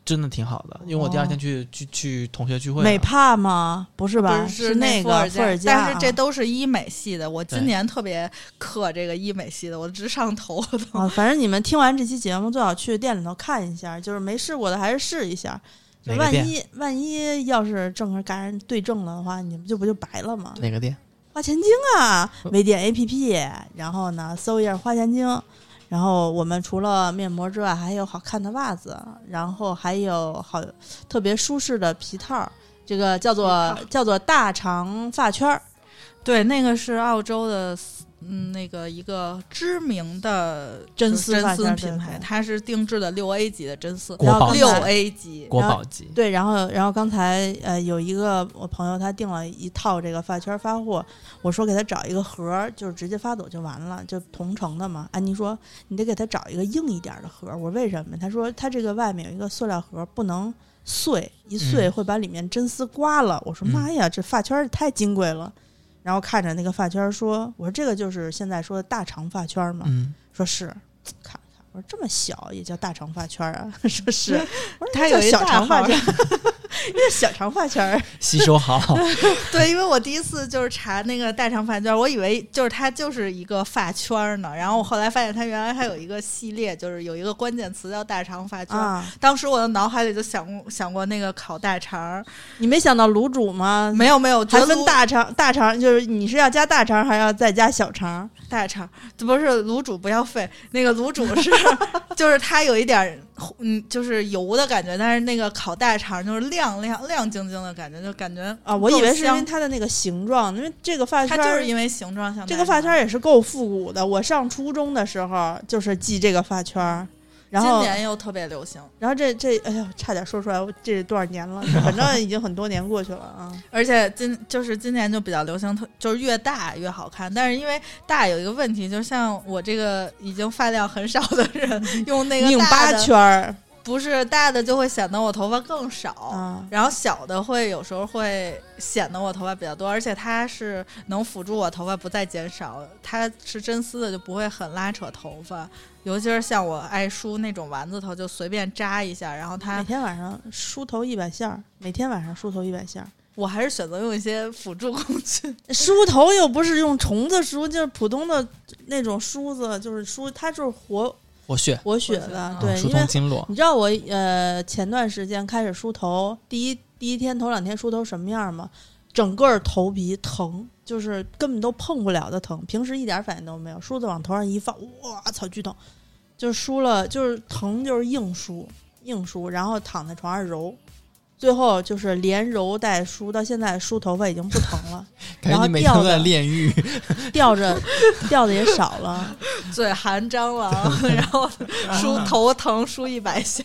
[SPEAKER 3] 真的挺好的。因为我第二天去、去去同学聚会啊
[SPEAKER 2] 美
[SPEAKER 3] 了，
[SPEAKER 2] 帕吗？不是吧？
[SPEAKER 4] 啊不是
[SPEAKER 2] 那
[SPEAKER 4] 伏
[SPEAKER 2] 个
[SPEAKER 4] 尔
[SPEAKER 2] 伏尔加啊，
[SPEAKER 4] 但
[SPEAKER 2] [LAUGHS]
[SPEAKER 4] 是这都是医美系的。我
[SPEAKER 3] 对
[SPEAKER 4] 今年特别克这个医美系的，我直上头都。
[SPEAKER 2] 啊，反正你们听完这期节目，最好去店里头看一下，就是没试过的还是试一下。就
[SPEAKER 3] 哪个
[SPEAKER 2] 万
[SPEAKER 3] 店
[SPEAKER 2] 一万一要是正儿赶上对症了的话，你们就不就白了吗？
[SPEAKER 3] 哪个店？
[SPEAKER 2] 花钱精啊，
[SPEAKER 4] 嗯
[SPEAKER 2] 微店 APP，然后呢搜一下花钱精，然后我们除了面膜之外，还有好看的袜子，然后还有好特别舒适的皮套儿，这个叫做
[SPEAKER 4] 皮套
[SPEAKER 2] 叫做大长发圈儿，
[SPEAKER 4] 对，那个是澳洲的，嗯，那个一个知名的
[SPEAKER 2] 真
[SPEAKER 4] 就是
[SPEAKER 2] 丝
[SPEAKER 4] 真
[SPEAKER 2] 发
[SPEAKER 4] 丝
[SPEAKER 2] 夹
[SPEAKER 4] 品
[SPEAKER 2] 对对
[SPEAKER 4] 牌，它是定制的六 A 级的真丝，
[SPEAKER 3] 国宝
[SPEAKER 2] 刚才
[SPEAKER 4] 六 A [LAUGHS] 级。
[SPEAKER 3] 国
[SPEAKER 2] 然后
[SPEAKER 3] 宝级。
[SPEAKER 2] 对，然后然后刚才呃有一个我朋友他订了一套这个发圈发货，我说给他找一个盒儿，就是直接发走就完了，就同城的嘛。安妮说你得给他找一个硬一点儿的盒儿，我说为什么？他说他这个外面有一个塑料盒儿不能碎，一碎
[SPEAKER 3] 嗯
[SPEAKER 2] 会把里面真丝刮了。我说
[SPEAKER 3] 嗯
[SPEAKER 2] 妈呀，这发圈儿也太金贵了。然后看着那个发圈儿说，我说这个就是现在说的大长发圈儿嘛，
[SPEAKER 3] 嗯，
[SPEAKER 2] 说是。看了看，我说这么小也叫大长发圈儿啊？ [LAUGHS] 说
[SPEAKER 4] [LAUGHS]
[SPEAKER 2] 是，我说
[SPEAKER 4] 它
[SPEAKER 2] 那叫
[SPEAKER 4] 有一
[SPEAKER 2] 小
[SPEAKER 4] 大
[SPEAKER 2] 长
[SPEAKER 4] 号
[SPEAKER 2] 发
[SPEAKER 4] 儿
[SPEAKER 2] 圈儿， [LAUGHS] 那小长发圈
[SPEAKER 4] [LAUGHS]
[SPEAKER 2] 儿，
[SPEAKER 3] 吸收好， [LAUGHS]
[SPEAKER 4] 对，因为我第一次就是查那个大长发圈，我以为就是它就是一个发圈呢，然后我后来发现它原来还有一个系列，就是有一个关键词叫大长发圈。
[SPEAKER 2] 啊，
[SPEAKER 4] 当时我的脑海里就想过想过那个烤大肠儿，
[SPEAKER 2] 你没想到卤煮吗？
[SPEAKER 4] 没有没有，
[SPEAKER 2] 还
[SPEAKER 4] 觉得
[SPEAKER 2] 分
[SPEAKER 4] 卤
[SPEAKER 2] 大肠，大肠就是你是要加大肠，还要再加小肠？ [LAUGHS]
[SPEAKER 4] 大肠，不是卤煮不要费，那个卤煮是就是它有一点嗯，就是油的感觉，但是那个烤大肠就是亮亮亮晶晶的感觉，就感觉
[SPEAKER 2] 啊，我以为
[SPEAKER 4] 够
[SPEAKER 2] 是因为
[SPEAKER 4] 香
[SPEAKER 2] 它的那个形状，因为这个发
[SPEAKER 4] 它
[SPEAKER 2] 圈
[SPEAKER 4] 就
[SPEAKER 2] 儿
[SPEAKER 4] 是因为形状像
[SPEAKER 2] 这个
[SPEAKER 4] 大
[SPEAKER 2] 发
[SPEAKER 4] 肠
[SPEAKER 2] 圈儿也是够复古的。我上初中的时候就是系这个发圈儿，然
[SPEAKER 4] 今
[SPEAKER 2] 后
[SPEAKER 4] 年又特别流行，
[SPEAKER 2] 然后这这哎呦，差点说出来，我这是多少年了？反正已经很多年过去了啊。
[SPEAKER 4] 而且今就是今年就比较流行，特就是越大越好看。但是因为大有一个问题，就像我这个已经发量很少的人，用那
[SPEAKER 2] 嗯拧
[SPEAKER 4] 个大
[SPEAKER 2] 八
[SPEAKER 4] 的
[SPEAKER 2] 圈儿
[SPEAKER 4] 不是大的就会显得我头发更少。
[SPEAKER 2] 啊，
[SPEAKER 4] 然后小的会有时候会显得我头发比较多，而且它是能辅助我头发不再减少，它是真丝的就不会很拉扯头发，尤其是像我爱梳那种丸子头，就随便扎一下，然后它
[SPEAKER 2] 每天晚上梳头一百下儿，每天晚上梳头一百下儿。
[SPEAKER 4] 我还是选择用一些辅助工具， [LAUGHS]
[SPEAKER 2] 梳头又不是用虫子梳，就是普通的那种梳子，就是梳，它就是活
[SPEAKER 3] 活血，嗯
[SPEAKER 2] 活血
[SPEAKER 4] 活血
[SPEAKER 2] 的
[SPEAKER 4] 啊。
[SPEAKER 2] 对，
[SPEAKER 3] 疏
[SPEAKER 2] 因为
[SPEAKER 3] 通经络，
[SPEAKER 2] 你知道我呃前段时间开始梳头，第一第一天头两天梳头什么样吗？整个儿头皮疼，就是根本都碰不了的疼，平时一点反应都没有。梳子往头上一放，哇操，巨疼！就是梳了，就是疼，就是硬梳，硬梳，然后躺在床上揉，最后就是连揉带梳，到现在梳头发已经不疼了，
[SPEAKER 3] [LAUGHS] 感觉你每天都在
[SPEAKER 2] [LAUGHS]
[SPEAKER 3] 炼狱，
[SPEAKER 2] 掉着掉的也少了。
[SPEAKER 4] 嘴含蟑螂，然后
[SPEAKER 2] 啊
[SPEAKER 4] 梳头疼梳一百下，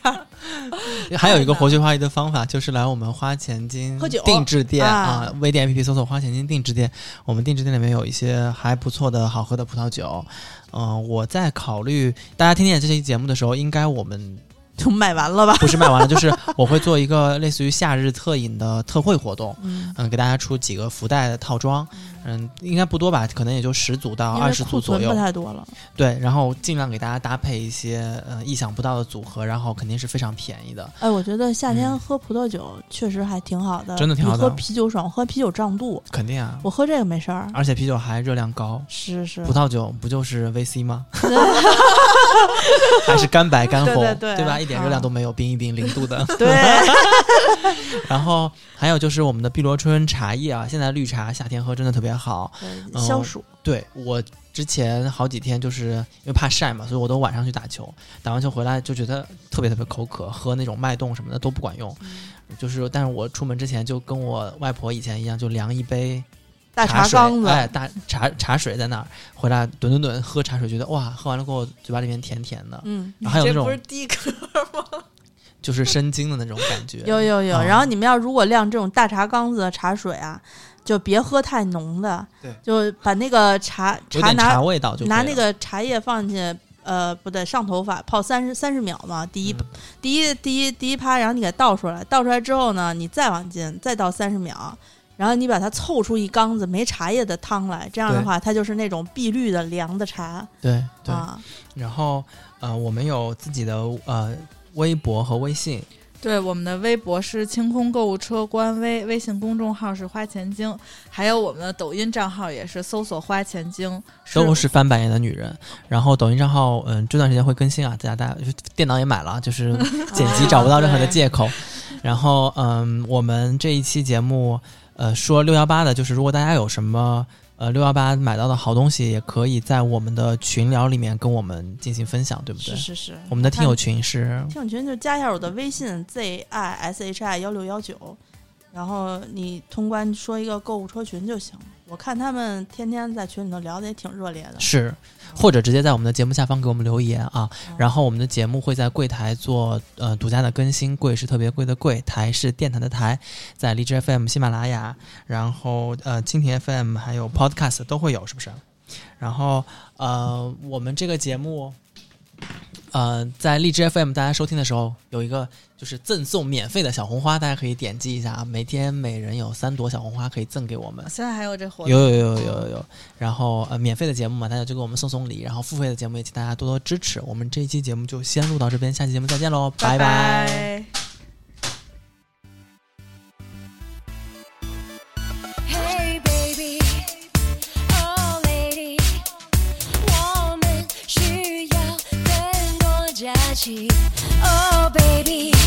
[SPEAKER 3] 还有一个活血化瘀的方法，就是来我们花钱金
[SPEAKER 2] 喝酒
[SPEAKER 3] 定制店
[SPEAKER 2] 啊
[SPEAKER 3] 啊，微店 APP 搜索“花钱金定制店”，我们定制店里面有一些还不错的好喝的葡萄酒。嗯、我在考虑大家听见这期节目的时候，应该我们
[SPEAKER 2] 就卖完了吧？
[SPEAKER 3] 不是卖完
[SPEAKER 2] [LAUGHS]
[SPEAKER 3] 了，就是我会做一个类似于夏日特饮的特惠活动，
[SPEAKER 2] 嗯，
[SPEAKER 3] 嗯，给大家出几个福袋的套装，嗯，应该不多吧，可能也就十组到
[SPEAKER 2] 因为
[SPEAKER 3] 啊二十
[SPEAKER 2] 库
[SPEAKER 3] 组左
[SPEAKER 2] 存不
[SPEAKER 3] 右。
[SPEAKER 2] 太多了。
[SPEAKER 3] 对，然后尽量给大家搭配一些呃意想不到的组合，然后肯定是非常便宜的。
[SPEAKER 2] 哎，我觉得夏天
[SPEAKER 3] 嗯
[SPEAKER 2] 喝葡萄酒确实还挺好的，
[SPEAKER 3] 真的挺好的
[SPEAKER 2] 比喝啤酒爽，喝啤酒胀肚，
[SPEAKER 3] 肯定啊，
[SPEAKER 2] 我喝这个没事儿。
[SPEAKER 3] 而且啤酒还热量高，
[SPEAKER 2] 是是
[SPEAKER 3] 葡萄酒不就是 VC [LAUGHS] 吗？还是干白干红，
[SPEAKER 2] 对对对
[SPEAKER 3] 吧？一点热量都没有，冰一冰零度的。
[SPEAKER 2] 对， [LAUGHS]
[SPEAKER 3] [LAUGHS] 然后还有就是我们的碧螺春茶叶啊，现在绿茶夏天喝真的特别好。
[SPEAKER 2] 对
[SPEAKER 3] 嗯
[SPEAKER 2] 消暑。
[SPEAKER 3] 对我之前好几天就是因为怕晒嘛，所以我都晚上去打球，打完球回来就觉得特别特别口渴，喝那种脉动什么的都不管用。
[SPEAKER 2] 嗯
[SPEAKER 3] 就是，但是我出门之前就跟我外婆以前一样，就量一杯
[SPEAKER 2] 大
[SPEAKER 3] 茶
[SPEAKER 2] 茶
[SPEAKER 3] 水
[SPEAKER 2] 缸子，
[SPEAKER 3] 哎，大茶茶水在那儿，回来吨吨吨喝茶水，觉得哇，喝完了过后嘴巴里面甜甜的，
[SPEAKER 2] 嗯，
[SPEAKER 3] 然后还有那
[SPEAKER 4] 这不是
[SPEAKER 3] 种
[SPEAKER 4] 低科吗？
[SPEAKER 3] 就是生津的那种感觉。
[SPEAKER 2] 有有有。
[SPEAKER 3] 啊
[SPEAKER 2] 然后你们要如果晾这种大茶缸子的茶水啊，就别喝太浓的，
[SPEAKER 3] 对，
[SPEAKER 2] 就把那个茶
[SPEAKER 3] 有
[SPEAKER 2] 茶
[SPEAKER 3] 点
[SPEAKER 2] 拿
[SPEAKER 3] 茶味道就可以
[SPEAKER 2] 拿
[SPEAKER 3] 了
[SPEAKER 2] 那个茶叶放进去，呃，不对，上头发泡三十三十秒嘛，第一、
[SPEAKER 3] 嗯
[SPEAKER 2] 第一第一第一趴，然后你给它倒出来，倒出来之后呢，你再往进再倒三十秒，然后你把它凑出一缸子没茶叶的汤来，这样的
[SPEAKER 3] 对
[SPEAKER 2] 话，它就是那种碧绿的凉的茶
[SPEAKER 3] 对对。
[SPEAKER 2] 啊。
[SPEAKER 3] 然后呃，我们有自己的呃微博和微信，
[SPEAKER 4] 对，我们的微博是清空购物车官微，微信公众号是花钱精，还有我们的抖音账号也是搜索花钱精，是
[SPEAKER 3] 都是翻白眼的女人。然后抖音账号嗯、这段时间会更新啊，大家大家就是电脑也买了，啊就是剪辑找不到任何的借口。然后嗯，我们这一期节目呃说六幺八的，就是如果大家有什么。呃，六幺八买到的好东西也可以在我们的群聊里面跟我们进行分享，对不
[SPEAKER 2] 是
[SPEAKER 3] 对？
[SPEAKER 2] 是是，
[SPEAKER 3] 我们的听友群是
[SPEAKER 2] 听友群就加一下我的微信 z i s h i 幺六幺九，然后你通关说一个购物车群就行了。我看他们天天在群里头聊的也挺热烈的，
[SPEAKER 3] 是，或者直接在我们的节目下方给我们留言啊。
[SPEAKER 2] 嗯
[SPEAKER 3] 然后我们的节目会在柜台做呃独家的更新，柜是特别贵的柜，台是电台的台，在荔枝 FM、喜马拉雅，然后呃蜻蜓 FM 还有 Podcast 都会有，是不是？然后呃，我们这个节目。呃，在荔枝 FM 大家收听的时候，有一个就是赠送免费的小红花，大家可以点击一下啊。每天每人有三朵小红花可以赠给我们，
[SPEAKER 4] 现在还有这活
[SPEAKER 3] 有
[SPEAKER 4] 动，
[SPEAKER 3] 有有有有有，然后呃，免费的节目嘛，大家就给我们送送礼，然后付费的节目也请大家多多支持。我们这一期节目就先录到这边，下期节目再见喽，拜
[SPEAKER 4] 拜
[SPEAKER 5] Hey baby, oh lady，我们需要更多假期。Oh baby，